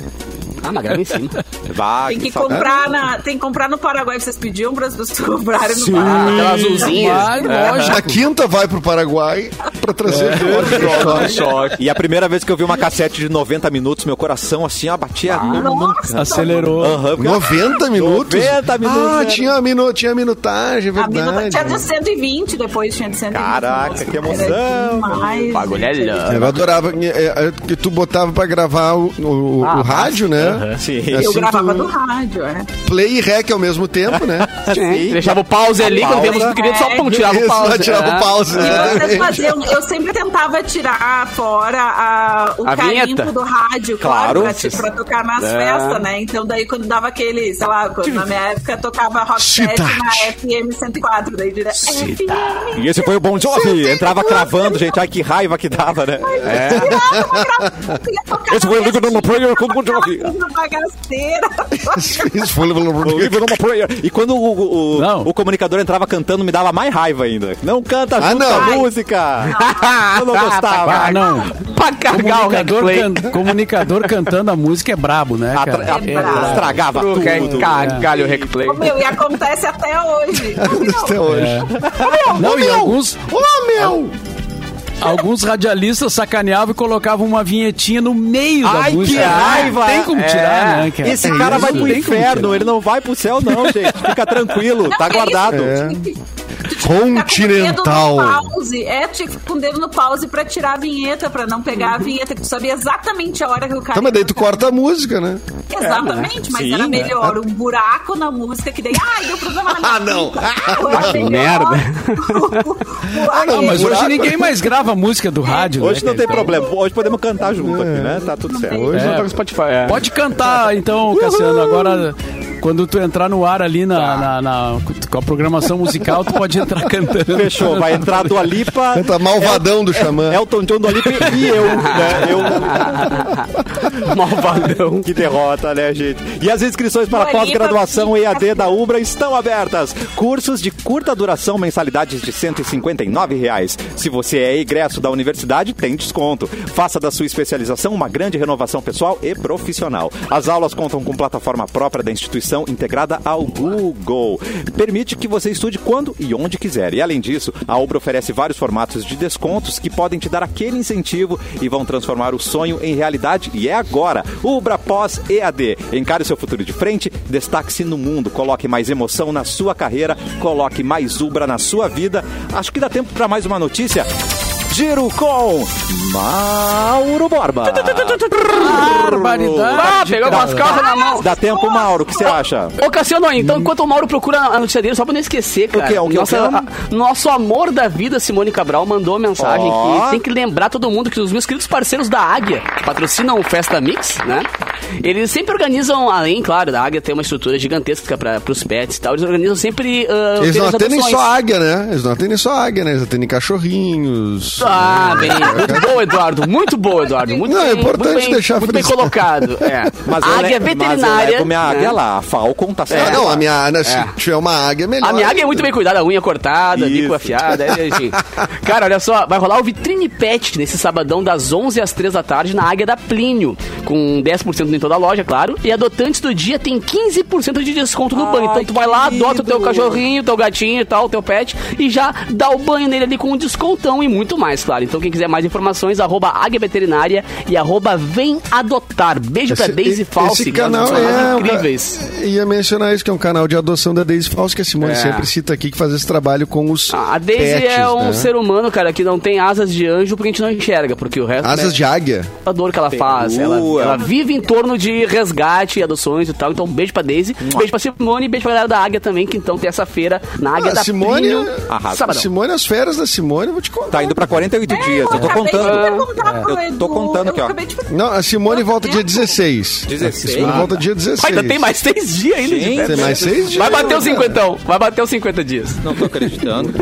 Speaker 3: Ah, mas grava em cima. Ah,
Speaker 1: Vá,
Speaker 4: Tem que
Speaker 1: saudade.
Speaker 4: comprar na, tem que comprar no Paraguai. Vocês um pediam para as pessoas comprarem no
Speaker 3: Ah,
Speaker 4: Paraguai.
Speaker 3: Aquela azulzinha.
Speaker 5: Vai,
Speaker 2: Na
Speaker 5: lógico.
Speaker 2: quinta vai pro Paraguai pra trazer
Speaker 3: É.
Speaker 2: de
Speaker 3: (laughs)
Speaker 2: volta.
Speaker 1: E a primeira vez que eu vi uma cassete de 90 minutos, meu coração assim, ó, batia.
Speaker 4: Ah.
Speaker 3: né?
Speaker 4: Nossa,
Speaker 5: Acelerou.
Speaker 1: Aham, porque-
Speaker 2: 90 minutos?
Speaker 1: 90 minutos,
Speaker 2: Ah,
Speaker 3: né?
Speaker 1: é.
Speaker 2: tinha, minu tinha minutagem, é
Speaker 4: a mina
Speaker 2: verdade.
Speaker 4: tinha de 120, depois tinha de 120.
Speaker 1: Caraca, que emoção.
Speaker 4: Era demais,
Speaker 3: Bagulho é
Speaker 4: gente.
Speaker 3: louco.
Speaker 2: Eu adorava é, é, que tu botava pra gravar o, o-
Speaker 3: Ah,
Speaker 2: o rádio, né?
Speaker 1: Sim.
Speaker 4: Eu
Speaker 2: Assim,
Speaker 4: gravava
Speaker 2: tu-
Speaker 4: no rádio, é.
Speaker 2: Play e rec ao mesmo tempo, né?
Speaker 1: Sim.
Speaker 3: É, Deixava o pause ali, quando via a música que queria, só pum, (laughs) tirava o
Speaker 2: Isso,
Speaker 3: pause.
Speaker 2: tirava
Speaker 3: Ah.
Speaker 2: o pause.
Speaker 4: E vocês
Speaker 2: exatamente.
Speaker 4: faziam, eu sempre tentava tirar fora a- o
Speaker 3: A
Speaker 4: carimbo
Speaker 3: vinheta.
Speaker 4: do
Speaker 1: Claro,
Speaker 4: rádio, claro, pra,
Speaker 1: vocês-
Speaker 4: pra tocar nas
Speaker 3: É.
Speaker 4: festas, né? Então daí quando dava aquele, sei lá, quando, na minha época tocava rock set
Speaker 2: Cidade.
Speaker 4: na FM 104, daí direto. FM,
Speaker 1: E esse foi o Bon Jovi. Entrava cravando, gente. Ai, que raiva que dava, né? É. Esse foi o Live Numa Prayer com o Bon Jovi.
Speaker 4: Bagaceira.
Speaker 2: Isso foi...
Speaker 1: O livro Numa Prayer. E quando o, o, o-
Speaker 5: Não.
Speaker 1: o comunicador entrava cantando, me dava mais raiva ainda. Não canta
Speaker 2: Ah,
Speaker 1: junto
Speaker 2: não.
Speaker 1: a música.
Speaker 3: (laughs)
Speaker 1: Eu não gostava.
Speaker 5: Ah, não.
Speaker 3: tá, Pra
Speaker 1: né?
Speaker 3: cargar o
Speaker 5: Comunicador,
Speaker 3: replay.
Speaker 5: can- comunicador cantando a música é brabo, né, cara?
Speaker 1: Atra- Ah,
Speaker 4: É
Speaker 3: Ah,
Speaker 4: brabo.
Speaker 1: Estragava tudo. É.
Speaker 3: Cargalho é, o replay.
Speaker 4: Ô, meu, e acontece até hoje.
Speaker 2: Até hoje.
Speaker 3: É.
Speaker 5: Não, e alguns,
Speaker 2: Ô, meu!
Speaker 5: alguns radialistas sacaneavam e colocavam uma vinhetinha no meio da
Speaker 1: Ai, que
Speaker 5: música. Não
Speaker 1: raiva!
Speaker 5: Tem como
Speaker 1: É.
Speaker 5: tirar, né, cara?
Speaker 1: Esse
Speaker 5: É
Speaker 1: cara
Speaker 5: isso,
Speaker 1: vai pro
Speaker 5: tem como
Speaker 1: inferno,
Speaker 5: tirar.
Speaker 1: ele não vai pro céu,
Speaker 5: (laughs)
Speaker 1: não, gente. Fica tranquilo, tá guardado.
Speaker 2: É.
Speaker 4: tipo, Continental.
Speaker 2: Continental.
Speaker 4: Pause. É, tinha que ficar com o dedo no pause pra tirar a vinheta, pra não pegar a vinheta, que tu sabia exatamente a hora que o cara.
Speaker 2: Tá, mas daí tu corta a música, né?
Speaker 1: né?
Speaker 4: Exatamente, mas era melhor um buraco na música que daí. Ai, deu
Speaker 1: (laughs)
Speaker 4: problema na minha
Speaker 2: Ah, não.
Speaker 4: música. Ah,
Speaker 3: que
Speaker 4: melhor. (laughs)
Speaker 3: merda.
Speaker 4: ah,
Speaker 1: é
Speaker 2: não,
Speaker 5: Mas hoje
Speaker 2: Buraco.
Speaker 5: ninguém mais grava música do
Speaker 2: É,
Speaker 5: rádio, né,
Speaker 1: Hoje não
Speaker 5: cara?
Speaker 2: então.
Speaker 1: tem problema. Hoje podemos cantar junto aqui, né? Tá tudo certo.
Speaker 2: Hoje
Speaker 3: Tá com Spotify, é.
Speaker 5: Pode cantar, então, Cassiano. Agora, quando tu entrar no ar ali
Speaker 1: Tá.
Speaker 5: na, na- na- com a programação musical, tu pode
Speaker 1: (laughs)
Speaker 5: entrar cantando.
Speaker 1: Fechou, vai entrar
Speaker 2: (laughs)
Speaker 1: do Alipa.
Speaker 2: Canta Tá Malvadão
Speaker 3: É,
Speaker 2: do Xamã.
Speaker 1: Elton É John do Alipa e eu, né? Eu,
Speaker 3: Malvadão.
Speaker 1: que derrota, né, gente? E as inscrições para
Speaker 4: Do
Speaker 1: a
Speaker 4: Alipa,
Speaker 1: pós-graduação
Speaker 4: fica
Speaker 1: EAD da Ubra estão abertas. Cursos de curta duração, mensalidades de R$ 159 reais. Se você é egresso da universidade, tem desconto. Faça da sua especialização uma grande renovação pessoal e profissional. As aulas contam com plataforma própria da instituição integrada ao Google. Permite que você estude quando e onde quiser. E além disso, a Ubra oferece vários formatos de descontos que podem te dar aquele incentivo e vão transformar o sonho em realidade. E é agora. Ubra Pós EAD. Encare seu futuro de frente, destaque-se no mundo, coloque mais emoção na sua carreira, coloque mais Ubra na sua vida. Acho que dá tempo para mais uma notícia. Giro com Mauro Borba.
Speaker 3: Ah, pegou com as calças na mão.
Speaker 1: Dá tempo, Mauro, o que você acha?
Speaker 3: Ô, Cassiano,
Speaker 2: Hum.
Speaker 3: então, enquanto o Mauro procura a notícia dele, só pra não esquecer, cara.
Speaker 1: quê? O quê? O
Speaker 3: Nossa-
Speaker 1: quê?
Speaker 3: a- nosso amor da vida, Simone Cabral, mandou uma mensagem
Speaker 1: Ó.
Speaker 3: que tem que lembrar todo mundo que os meus queridos parceiros da Águia, que patrocinam o Festa Mix, né? Eles sempre organizam, além, claro, da Águia tem uma estrutura gigantesca pra, pros pets e tal, eles organizam sempre. ah,
Speaker 2: Eles não
Speaker 3: feiras de
Speaker 2: atendem
Speaker 3: adoções.
Speaker 2: só águia, né? Eles não atendem só águia, né? Eles atendem cachorrinhos.
Speaker 3: Ah, bem. Muito boa, Eduardo. Muito boa, Eduardo. Muito
Speaker 2: Não, é
Speaker 3: bem,
Speaker 2: importante
Speaker 3: muito bem,
Speaker 2: deixar
Speaker 3: muito bem
Speaker 2: frisado.
Speaker 3: colocado. É.
Speaker 1: Mas eu le-
Speaker 3: águia
Speaker 1: Mas eu
Speaker 3: veterinária.
Speaker 1: levo minha
Speaker 3: né?
Speaker 1: águia lá, a Falcon tá
Speaker 2: Ah,
Speaker 1: certo.
Speaker 2: não, a minha, né, se tiver uma águia, é melhor.
Speaker 3: é. A minha águia é muito bem cuidada, a unha cortada,
Speaker 1: Isso.
Speaker 3: bico afiada,
Speaker 2: (laughs)
Speaker 3: é, enfim. Cara, olha só, vai rolar o Vitrine Pet nesse sabadão das 11 às 3 da tarde na Águia da Plínio, com 10% em toda a loja, claro, e adotantes do dia tem 15% de desconto no banho. Então tu vai lá, adota o teu cachorrinho, teu gatinho e tal, teu pet, e já dá o banho nele ali com um descontão e muito mais, claro. Então quem quiser mais informações, arroba Águia Veterinária e arroba Vem Adotar. Beijo pra Daisy Falsi,
Speaker 2: Esse
Speaker 3: que elas
Speaker 2: canal
Speaker 3: são
Speaker 2: é...
Speaker 3: incríveis.
Speaker 2: Ia mencionar isso, que é um canal de adoção da Daisy Falso, que a Simone
Speaker 3: É.
Speaker 2: sempre cita aqui, que faz esse trabalho com os
Speaker 3: Ah, A Daisy
Speaker 2: pets,
Speaker 3: é um
Speaker 2: né?
Speaker 3: ser humano, cara, que não tem asas de anjo porque a gente não enxerga, porque o resto
Speaker 2: Asas
Speaker 3: é
Speaker 2: de águia?
Speaker 3: a dor que ela faz. Ela,
Speaker 1: Boa.
Speaker 3: ela vive em torno de resgate, adoções e tal. Então, um beijo pra Daisy, beijo pra Simone, beijo pra galera da Águia também, que então tem essa feira na Águia
Speaker 2: Ah,
Speaker 3: da
Speaker 2: Simone-
Speaker 3: Plínio,
Speaker 1: Arrasa.
Speaker 3: sabadão.
Speaker 2: Simone, as feras da Simone, eu vou te contar.
Speaker 1: Tá indo pra 48 dias, eu tô
Speaker 4: acabei de
Speaker 1: contando. É,
Speaker 4: perguntar pro
Speaker 1: Eu tô
Speaker 4: Edu,
Speaker 1: contando aqui, ó.
Speaker 4: eu acabei de-
Speaker 2: Não, a Simone
Speaker 4: Quanto
Speaker 2: volta dia
Speaker 4: tempo?
Speaker 2: 16.
Speaker 1: 16.
Speaker 2: A Simone
Speaker 1: Ah,
Speaker 2: volta dia 16.
Speaker 3: Ah, Tá ainda tem mais seis dias ainda. de
Speaker 1: Gente,
Speaker 3: festa.
Speaker 2: Tem mais seis dias.
Speaker 3: Vai bater os cinquentão, vai bater os 50 dias.
Speaker 1: Não tô acreditando.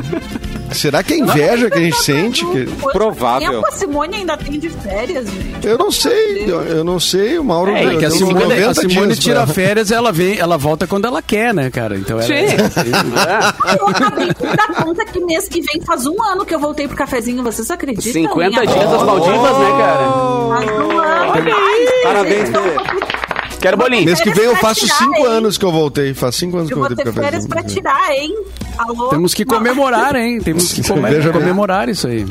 Speaker 2: Será que é inveja que a gente sente? Que-
Speaker 4: Quanto
Speaker 1: Provável.
Speaker 4: Tempo a Simone ainda tem de férias,
Speaker 2: (laughs)
Speaker 4: gente.
Speaker 2: Eu não sei, eu, eu não sei, o Mauro...
Speaker 5: É,
Speaker 2: eu-
Speaker 5: que a
Speaker 2: eu-
Speaker 5: Simone, a
Speaker 2: 90
Speaker 5: Simone
Speaker 2: dias
Speaker 5: tira
Speaker 1: né?
Speaker 2: pra-
Speaker 5: férias ela vem, ela volta quando ela quer, né, cara? Então ela,
Speaker 3: Sim.
Speaker 4: Eu acabei de me dar conta que mês que vem faz um ano que eu voltei pro cafezinho, vocês acreditam?
Speaker 3: 50
Speaker 4: Em
Speaker 3: dias das
Speaker 4: agosto.
Speaker 3: Maldivas, né, cara?
Speaker 4: Faz um ano. Ai,
Speaker 1: Parabéns,
Speaker 4: gente, eu
Speaker 1: Fê.
Speaker 4: vou ter-
Speaker 3: Quero bolinho.
Speaker 2: Mês que vem eu faço
Speaker 4: Férias pra
Speaker 2: 5
Speaker 4: tirar, hein?
Speaker 2: anos que eu voltei. Faz 5 anos que
Speaker 4: Eu
Speaker 2: eu
Speaker 4: vou
Speaker 2: voltei pro
Speaker 4: ter férias pra
Speaker 2: cafezinho.
Speaker 4: tirar, hein? Alô?
Speaker 5: temos que
Speaker 4: Não.
Speaker 5: comemorar, hein? Temos que come-
Speaker 2: Veja bem.
Speaker 5: comemorar isso aí.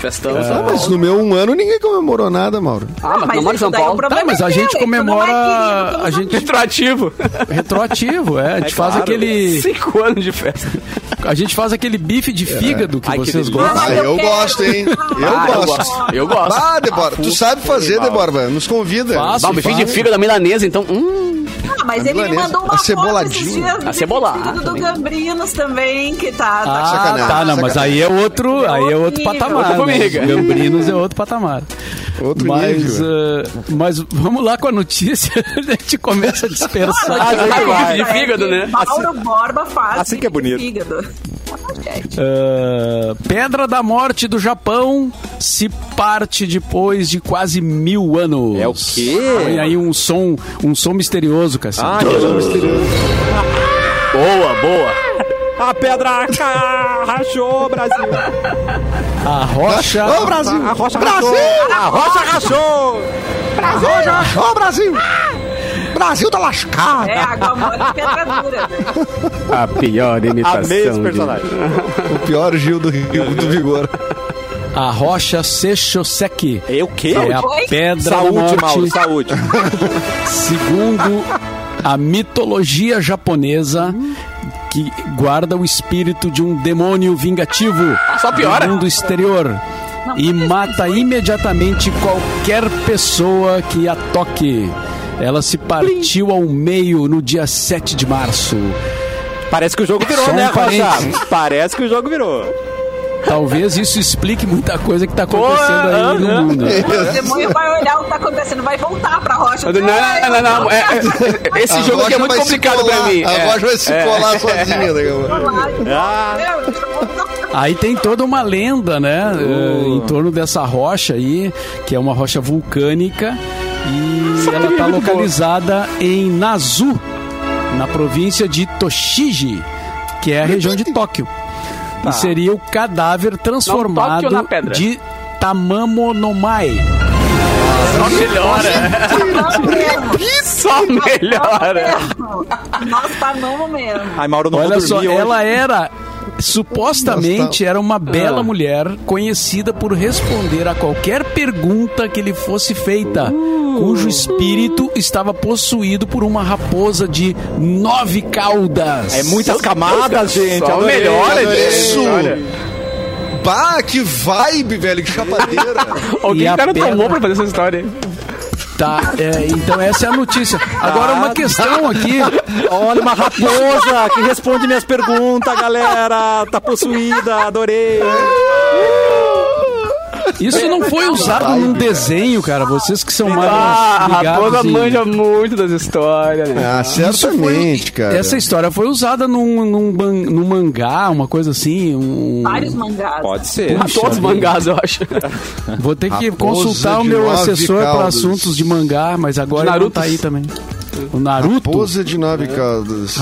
Speaker 3: Festão.
Speaker 2: Ah, mas no meu um ano ninguém comemorou nada, Mauro.
Speaker 3: Ah, mas, não mora em São
Speaker 4: isso daí é um
Speaker 3: Paulo.
Speaker 4: problema
Speaker 5: Tá, mas a
Speaker 4: teu,
Speaker 5: gente
Speaker 4: hein? Tu não é querido,
Speaker 5: comemora-
Speaker 4: é tu não
Speaker 5: a
Speaker 4: sabe.
Speaker 5: gente-
Speaker 3: Retroativo.
Speaker 5: Retroativo, é. A gente faz
Speaker 1: claro.
Speaker 5: aquele.
Speaker 3: Cinco anos de festa.
Speaker 5: A gente faz aquele bife de fígado que
Speaker 1: Ai, que
Speaker 5: vocês
Speaker 1: delícia.
Speaker 5: gostam.
Speaker 2: Ah, eu
Speaker 4: quero. um
Speaker 2: gosto, hein? Eu
Speaker 3: Ah, eu
Speaker 2: gosto.
Speaker 3: gosto. Eu gosto.
Speaker 2: Ah, Débora, tu sabe fazer, Débora, nos convida.
Speaker 5: Faço.
Speaker 3: Dá um bifinho de fígado da milanesa, então. Hum,
Speaker 4: Ah, mas ele me
Speaker 2: Milanesa.
Speaker 4: mandou uma
Speaker 2: A
Speaker 4: foto esses
Speaker 2: ceboladinha.
Speaker 4: dias.
Speaker 3: A cebolada
Speaker 4: do vestido Do
Speaker 3: também.
Speaker 4: Gambrinos também, que tá... tá
Speaker 5: Ah,
Speaker 2: sacanagem,
Speaker 5: tá, não, mas aí é outro, aí é outro
Speaker 4: horrível.
Speaker 5: patamar.
Speaker 3: Outra
Speaker 5: né?
Speaker 3: formiga.
Speaker 5: Gambrinos é outro patamar.
Speaker 2: Outro
Speaker 5: mas,
Speaker 2: nível.
Speaker 5: ah, mas vamos lá com a notícia, (laughs) a gente começa a dispersar.
Speaker 4: Ah,
Speaker 3: Ah,
Speaker 4: vai,
Speaker 3: vai.
Speaker 4: vai.
Speaker 3: De fígado, né?
Speaker 4: Mauro Borba faz.
Speaker 1: assim que é bonito.
Speaker 4: de Fígado. Ah, gente.
Speaker 5: Ah, Pedra da Morte do Japão se parte depois de quase mil anos.
Speaker 1: É o quê?
Speaker 5: Põe aí um som, um som misterioso, Cassio.
Speaker 1: Ah, que misterioso.
Speaker 3: boa, boa.
Speaker 1: A pedra ca- rachou, Brasil.
Speaker 5: A rocha.
Speaker 2: Ô, Brasil!
Speaker 1: A rocha
Speaker 2: Brasil!
Speaker 1: rachou. A rocha rachou.
Speaker 2: Brasil! Ô, Brasil! Brasil tá lascado!
Speaker 4: É água mole e pedra dura. né?
Speaker 3: A pior imitação.
Speaker 1: Amei esse
Speaker 3: de-
Speaker 1: personagem.
Speaker 2: O pior Gil do Rio do Vigor.
Speaker 5: A rocha Sechoseki.
Speaker 1: Eu o quê?
Speaker 5: É a
Speaker 4: Oi?
Speaker 5: pedra da
Speaker 1: Saúde,
Speaker 5: morte,
Speaker 1: Mauro, saúde.
Speaker 5: segundo a mitologia japonesa, que guarda o espírito de um demônio vingativo
Speaker 3: só piora.
Speaker 5: do mundo exterior e mata imediatamente qualquer pessoa que a toque. Ela se partiu ao meio no dia 7 de março.
Speaker 1: Parece que o jogo virou,
Speaker 5: Só um
Speaker 1: né, Rocha?
Speaker 5: parênteses.
Speaker 1: Parece que o jogo virou.
Speaker 5: Talvez isso explique muita coisa que está acontecendo aí
Speaker 1: ah, ah.
Speaker 5: no mundo.
Speaker 4: O demônio vai olhar o que tá acontecendo, vai voltar pra rocha.
Speaker 3: Não, não, não. é- é-
Speaker 5: Ah,
Speaker 3: esse
Speaker 2: A
Speaker 3: jogo
Speaker 2: rocha
Speaker 3: aqui é muito
Speaker 2: vai se
Speaker 3: complicado pra
Speaker 2: colar,
Speaker 3: mim.
Speaker 2: A
Speaker 3: É.
Speaker 2: rocha vai se colar sozinha, né,
Speaker 4: Vai
Speaker 2: cara?
Speaker 4: lá, então,
Speaker 1: Ah.
Speaker 4: meu,
Speaker 5: Aí tem toda uma lenda, né? eh, em torno dessa rocha aí, que é uma rocha vulcânica. E ela
Speaker 3: é
Speaker 5: está localizada em Nazu, na província de Toshiji, que é a região de Tóquio.
Speaker 3: Tá.
Speaker 5: E seria o cadáver transformado
Speaker 3: na pedra.
Speaker 5: de Tamamonomai.
Speaker 3: Só melhora.
Speaker 4: Nós mesmo,
Speaker 3: Só (laughs) melhora.
Speaker 4: mesmo. Nós tá no momento.
Speaker 1: Ai, Mauro, não
Speaker 5: Olha
Speaker 1: vou
Speaker 5: só,
Speaker 1: dormir hoje.
Speaker 5: ela era supostamente era uma bela mulher conhecida por responder a qualquer pergunta que lhe fosse feita, cujo espírito estava possuído por uma raposa de nove caudas.
Speaker 1: É muitas camadas, gente.
Speaker 3: Só
Speaker 1: adorei,
Speaker 2: é
Speaker 3: melhora
Speaker 1: adorei.
Speaker 2: isso.
Speaker 1: Olha.
Speaker 2: Bah, que vibe, velho, que chapadeira.
Speaker 3: Alguém
Speaker 5: E a
Speaker 3: cara tomou
Speaker 5: pedra-
Speaker 3: pra fazer essa história.
Speaker 5: Tá, é, então essa é a notícia. Agora uma questão aqui.
Speaker 1: Olha uma raposa que responde minhas perguntas, galera. Tá possuída, adorei.
Speaker 5: Isso não foi usado num desenho, cara. Vocês que são mais
Speaker 3: Ah, a
Speaker 5: ligados
Speaker 3: raposa
Speaker 5: em-
Speaker 3: manja muito das histórias, né?
Speaker 5: É,
Speaker 2: Ah,
Speaker 5: Isso foi-
Speaker 2: certamente, cara.
Speaker 5: Essa é história foi usada num, num, man- num mangá, uma coisa assim. um-
Speaker 4: Vários mangás.
Speaker 1: Pode ser.
Speaker 3: A Tá todos os mangás, eu acho.
Speaker 5: Vou ter que
Speaker 2: Raposa
Speaker 5: consultar o
Speaker 2: de
Speaker 5: meu
Speaker 2: nove
Speaker 5: assessor para
Speaker 2: caudas.
Speaker 5: assuntos de mangá, mas agora
Speaker 3: De
Speaker 5: ele não
Speaker 3: Naruto.
Speaker 5: tá aí também. O Naruto? Raposa,
Speaker 2: Raposa de nove
Speaker 5: É.
Speaker 2: caudas.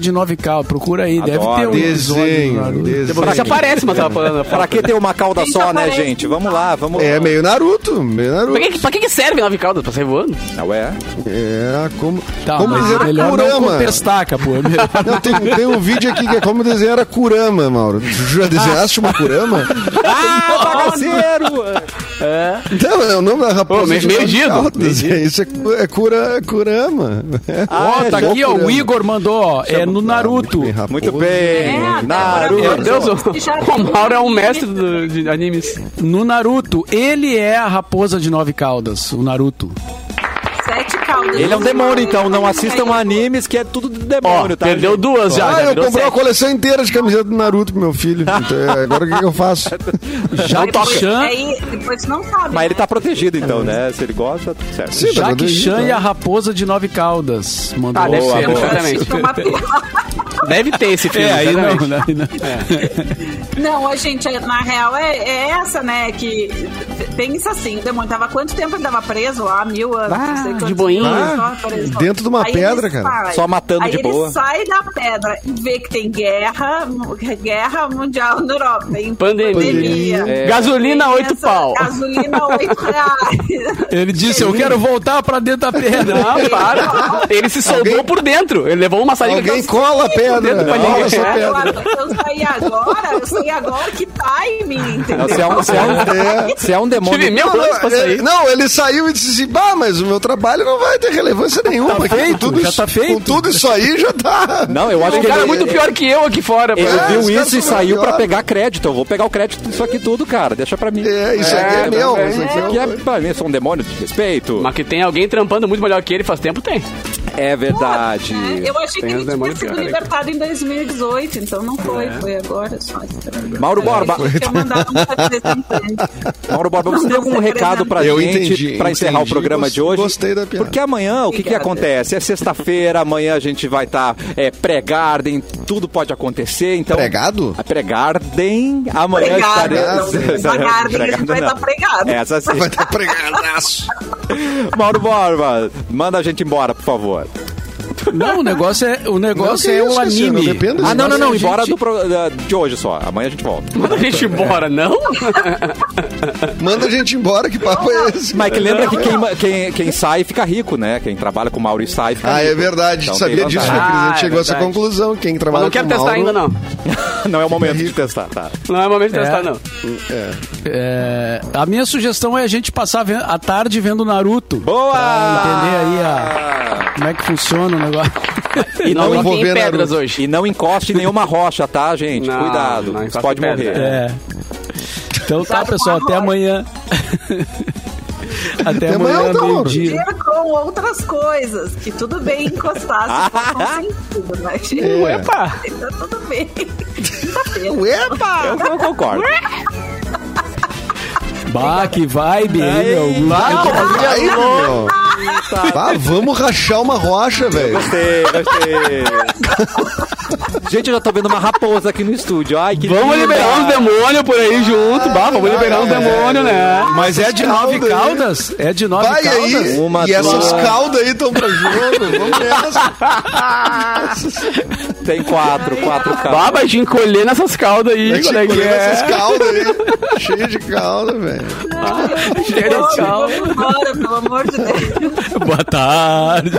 Speaker 5: de nove caudas, procura aí, deve
Speaker 1: Adoro.
Speaker 5: ter um episódio do
Speaker 2: Desenho,
Speaker 5: Naruto.
Speaker 2: desenho.
Speaker 3: Pra que aparece uma falando.
Speaker 1: Pra que ter uma cauda
Speaker 4: Quem
Speaker 1: só, né,
Speaker 4: aparece?
Speaker 1: gente? Vamos lá, vamos lá.
Speaker 2: É meio Naruto, meio
Speaker 3: Pra
Speaker 2: Naruto.
Speaker 3: que, pra que que serve nove caudas? Pra sair voando?
Speaker 1: Não é?
Speaker 2: É, como,
Speaker 5: Tá,
Speaker 2: como
Speaker 5: mas
Speaker 2: desenhar
Speaker 5: melhor não
Speaker 2: Kurama.
Speaker 5: contestar, Capu.
Speaker 2: (laughs)
Speaker 5: é melhor.
Speaker 2: Não, tem, tem um vídeo aqui que é como desenhar a Kurama, Mauro. Tu
Speaker 5: Ah.
Speaker 2: já desenhaste uma Kurama?
Speaker 1: Ah, bagaceiro!
Speaker 2: Não, é o nome da raposa.
Speaker 3: Ô, me-
Speaker 2: de nove
Speaker 3: medido,
Speaker 2: caudas. É, Isso é, cu- é cura, Kurama.
Speaker 1: Ah,
Speaker 5: Ó,
Speaker 1: é,
Speaker 5: tá aqui, ó, o
Speaker 2: Kurama.
Speaker 5: Igor mandou, ó, é no Naruto.
Speaker 1: Muito
Speaker 2: raposa. Ah,
Speaker 1: bem.
Speaker 4: É,
Speaker 3: Meu
Speaker 1: Naruto.
Speaker 3: Deus, o, o Mauro é um mestre do- de animes.
Speaker 5: No Naruto, ele é a raposa de nove caudas, o Naruto.
Speaker 4: Sete caudas.
Speaker 1: Ele é um demônio, então. Não assistam animes que é tudo de
Speaker 3: Ó,
Speaker 1: demônio, tá?
Speaker 3: perdeu duas já.
Speaker 2: Ah,
Speaker 3: já
Speaker 2: eu
Speaker 3: virou
Speaker 2: comprei uma
Speaker 3: sete.
Speaker 2: coleção inteira de camiseta do Naruto pro meu filho. Então, é, agora o que, que
Speaker 1: (laughs)
Speaker 2: eu faço?
Speaker 5: Já
Speaker 4: Depois-
Speaker 5: Chan,
Speaker 4: Aí, depois não sabe.
Speaker 1: Mas ele
Speaker 4: né?
Speaker 1: tá protegido, então, né? Se ele gosta, tudo certo.
Speaker 2: Sim, tá
Speaker 5: Jack
Speaker 2: protegido,
Speaker 5: Chan
Speaker 2: né?
Speaker 5: e a raposa de nove caudas. Mandou.
Speaker 3: Ah, deve
Speaker 1: Boa,
Speaker 3: ser,
Speaker 1: boa. (laughs)
Speaker 3: certamente.
Speaker 4: Uma piada.
Speaker 3: Deve ter esse filme,
Speaker 5: É, aí
Speaker 3: certamente.
Speaker 5: não, né? Aí não.
Speaker 4: Não, a gente, na real, é, é essa, né? Que pensa assim, o demônio tava quanto tempo ele tava preso lá? Mil anos, não sei quantos
Speaker 3: Ah, de boinha.
Speaker 4: anos, só preso.
Speaker 2: Ah, dentro de uma
Speaker 4: ele
Speaker 2: pedra, cara.
Speaker 4: sai.
Speaker 1: Só matando
Speaker 4: Aí
Speaker 1: de
Speaker 4: ele
Speaker 1: boa.
Speaker 4: sai da pedra e vê que tem guerra, mu- guerra mundial na Europa, tem
Speaker 3: Pandemia.
Speaker 4: pandemia.
Speaker 3: É. Gasolina,
Speaker 4: Tem
Speaker 3: oito
Speaker 4: essa-
Speaker 3: pau.
Speaker 4: Gasolina,
Speaker 3: (laughs)
Speaker 4: oito reais.
Speaker 5: Ele disse, eu quero voltar pra dentro da pedra.
Speaker 3: Não, para. Ele se soldou
Speaker 2: Alguém-
Speaker 3: por dentro. Ele levou uma saliva é
Speaker 2: Alguém cola a pedra.
Speaker 3: pra ninguém.
Speaker 2: Cola essa
Speaker 4: É, eu,
Speaker 2: pedra.
Speaker 4: eu saí agora, eu saí agora, que timing, entendeu?
Speaker 1: Não, se, é um, se, é um, se é um
Speaker 3: Tive
Speaker 1: demônio.
Speaker 3: meu lance pra
Speaker 2: Ele-
Speaker 3: sair.
Speaker 2: não, ele saiu e disse assim, bah, mas o meu trabalho não vai ter relevância nenhuma. aqui, com
Speaker 5: feito, já
Speaker 2: isso,
Speaker 5: tá feito."
Speaker 2: Com tudo isso aí, já tá.
Speaker 1: Não, eu acho
Speaker 3: O
Speaker 1: que
Speaker 3: cara é
Speaker 1: ele,
Speaker 3: muito pior que eu aqui fora. pô.
Speaker 1: ele
Speaker 2: É,
Speaker 1: viu
Speaker 2: os caras
Speaker 1: isso e
Speaker 2: são
Speaker 1: saiu pra
Speaker 2: maravilhosos.
Speaker 1: pegar crédito. Eu vou pegar o crédito disso aqui tudo, cara. Deixa pra mim.
Speaker 2: É, isso aqui é meu,
Speaker 1: também.
Speaker 2: isso aqui
Speaker 1: Isso
Speaker 2: é
Speaker 1: aqui é
Speaker 2: meu.
Speaker 1: pra mim. Eu sou um demônio de respeito.
Speaker 3: Mas que tem alguém trampando muito melhor que ele faz tempo, tem.
Speaker 1: É verdade.
Speaker 4: É, Eu achei
Speaker 3: Tem
Speaker 4: que
Speaker 3: os
Speaker 4: ele tinha
Speaker 3: demônios
Speaker 4: sido
Speaker 3: piores.
Speaker 4: libertado em 2018, então não foi, foi agora só.
Speaker 1: É. Mauro Borba,
Speaker 4: Eu mandava um representante.
Speaker 1: Mauro Borba, você tem algum
Speaker 4: Não,
Speaker 1: recado pra
Speaker 2: eu
Speaker 1: gente
Speaker 2: entendi,
Speaker 1: pra encerrar o
Speaker 2: entendi,
Speaker 1: programa de
Speaker 2: gos-
Speaker 1: hoje?
Speaker 2: gostei da piada.
Speaker 1: Porque amanhã, o que que
Speaker 4: Obrigada.
Speaker 1: acontece? É sexta-feira, amanhã a gente vai estar é, pré-garden, tudo pode acontecer, então...
Speaker 2: Pregado?
Speaker 1: A pré-garden, amanhã
Speaker 4: Pregado,
Speaker 1: (laughs) estaremos...
Speaker 4: não, pré-garden, a gente vai
Speaker 1: não. É,
Speaker 4: tá pregado.
Speaker 1: Essa sim. (laughs)
Speaker 2: Vai estar pregadaço.
Speaker 1: Mauro Borba, manda a gente embora, por favor.
Speaker 5: Não, o negócio é o, negócio
Speaker 2: Não, que
Speaker 5: é
Speaker 2: isso,
Speaker 5: o
Speaker 2: Cassiano,
Speaker 5: anime.
Speaker 2: depende
Speaker 5: O
Speaker 1: Ah, não, não,
Speaker 5: negócio
Speaker 1: não.
Speaker 5: é a
Speaker 1: Embora
Speaker 5: gente-
Speaker 1: do pro- da- de hoje só. Amanhã a gente volta.
Speaker 3: Manda a gente
Speaker 2: É.
Speaker 3: embora, não?
Speaker 2: Manda a gente embora, que papo é esse?
Speaker 1: Mas que lembra que quem, quem, quem sai fica rico, né? Quem trabalha com o Mauro e sai fica
Speaker 2: Ah,
Speaker 1: rico.
Speaker 2: é verdade.
Speaker 1: Então
Speaker 2: Sabia
Speaker 1: tem
Speaker 2: disso,
Speaker 1: vantagem.
Speaker 2: meu querido.
Speaker 3: Ah,
Speaker 2: A
Speaker 3: é
Speaker 2: gente chegou a essa
Speaker 3: verdade.
Speaker 2: conclusão. Quem
Speaker 3: Mas
Speaker 2: trabalha
Speaker 3: não quero
Speaker 2: com
Speaker 3: testar
Speaker 2: Mauro-
Speaker 3: ainda, não.
Speaker 1: Não é o momento de testar, tá?
Speaker 3: Não é momento de
Speaker 5: É.
Speaker 3: testar, não.
Speaker 5: É, a minha sugestão é a gente passar ve- a tarde vendo Naruto.
Speaker 1: Boa!
Speaker 5: Pra entender aí a- como é que funciona
Speaker 2: (laughs)
Speaker 5: o negócio.
Speaker 3: E não,
Speaker 2: eu vou
Speaker 3: tem
Speaker 2: ver né,
Speaker 3: pedras
Speaker 2: Naruto.
Speaker 3: hoje.
Speaker 1: E não encoste em nenhuma rocha, tá, gente?
Speaker 3: Não,
Speaker 1: Cuidado.
Speaker 3: não
Speaker 1: Você
Speaker 3: encosta
Speaker 1: pode
Speaker 3: em pedra.
Speaker 1: morrer.
Speaker 5: É. Então tá, pessoal, até
Speaker 2: (laughs)
Speaker 5: amanhã. até
Speaker 2: amanhã,
Speaker 5: amanhã,
Speaker 2: então,
Speaker 5: meio-dia.
Speaker 4: Dia com outras coisas, que tudo bem encostar se for
Speaker 1: (laughs)
Speaker 4: com sentido, mas
Speaker 2: É.
Speaker 5: Epa!
Speaker 4: tá tudo bem. Tá
Speaker 2: Epa!
Speaker 1: Eu, eu
Speaker 5: (laughs)
Speaker 1: concordo.
Speaker 5: Bah, que vibe, hein, meu?
Speaker 2: Vai, meu. Ah, vamos rachar uma rocha, velho.
Speaker 1: Gostei, gostei. gente, eu já tô vendo uma raposa aqui no estúdio. Ai, que
Speaker 3: Vamos
Speaker 1: linda.
Speaker 3: liberar uns demônios por aí junto. bah, vamos liberar
Speaker 1: um
Speaker 3: uns
Speaker 2: é.
Speaker 3: demônios, né?
Speaker 5: Mas é de nove
Speaker 2: Caldas, né?
Speaker 5: caldas? É de nove
Speaker 2: Vai
Speaker 5: caldas?
Speaker 2: aí.
Speaker 1: Uma,
Speaker 2: e é essas
Speaker 1: duas.
Speaker 2: caldas aí estão pra jogo. Vamos nessa.
Speaker 1: Tem quatro, quatro caras.
Speaker 3: Baba de encolher nessas caldas aí,
Speaker 2: Tem
Speaker 3: colega.
Speaker 2: que colher
Speaker 3: É.
Speaker 2: essas caldas aí. Cheio de calda, velho.
Speaker 3: Tchau.
Speaker 4: Vamos embora, pelo amor de Deus.
Speaker 5: Boa tarde.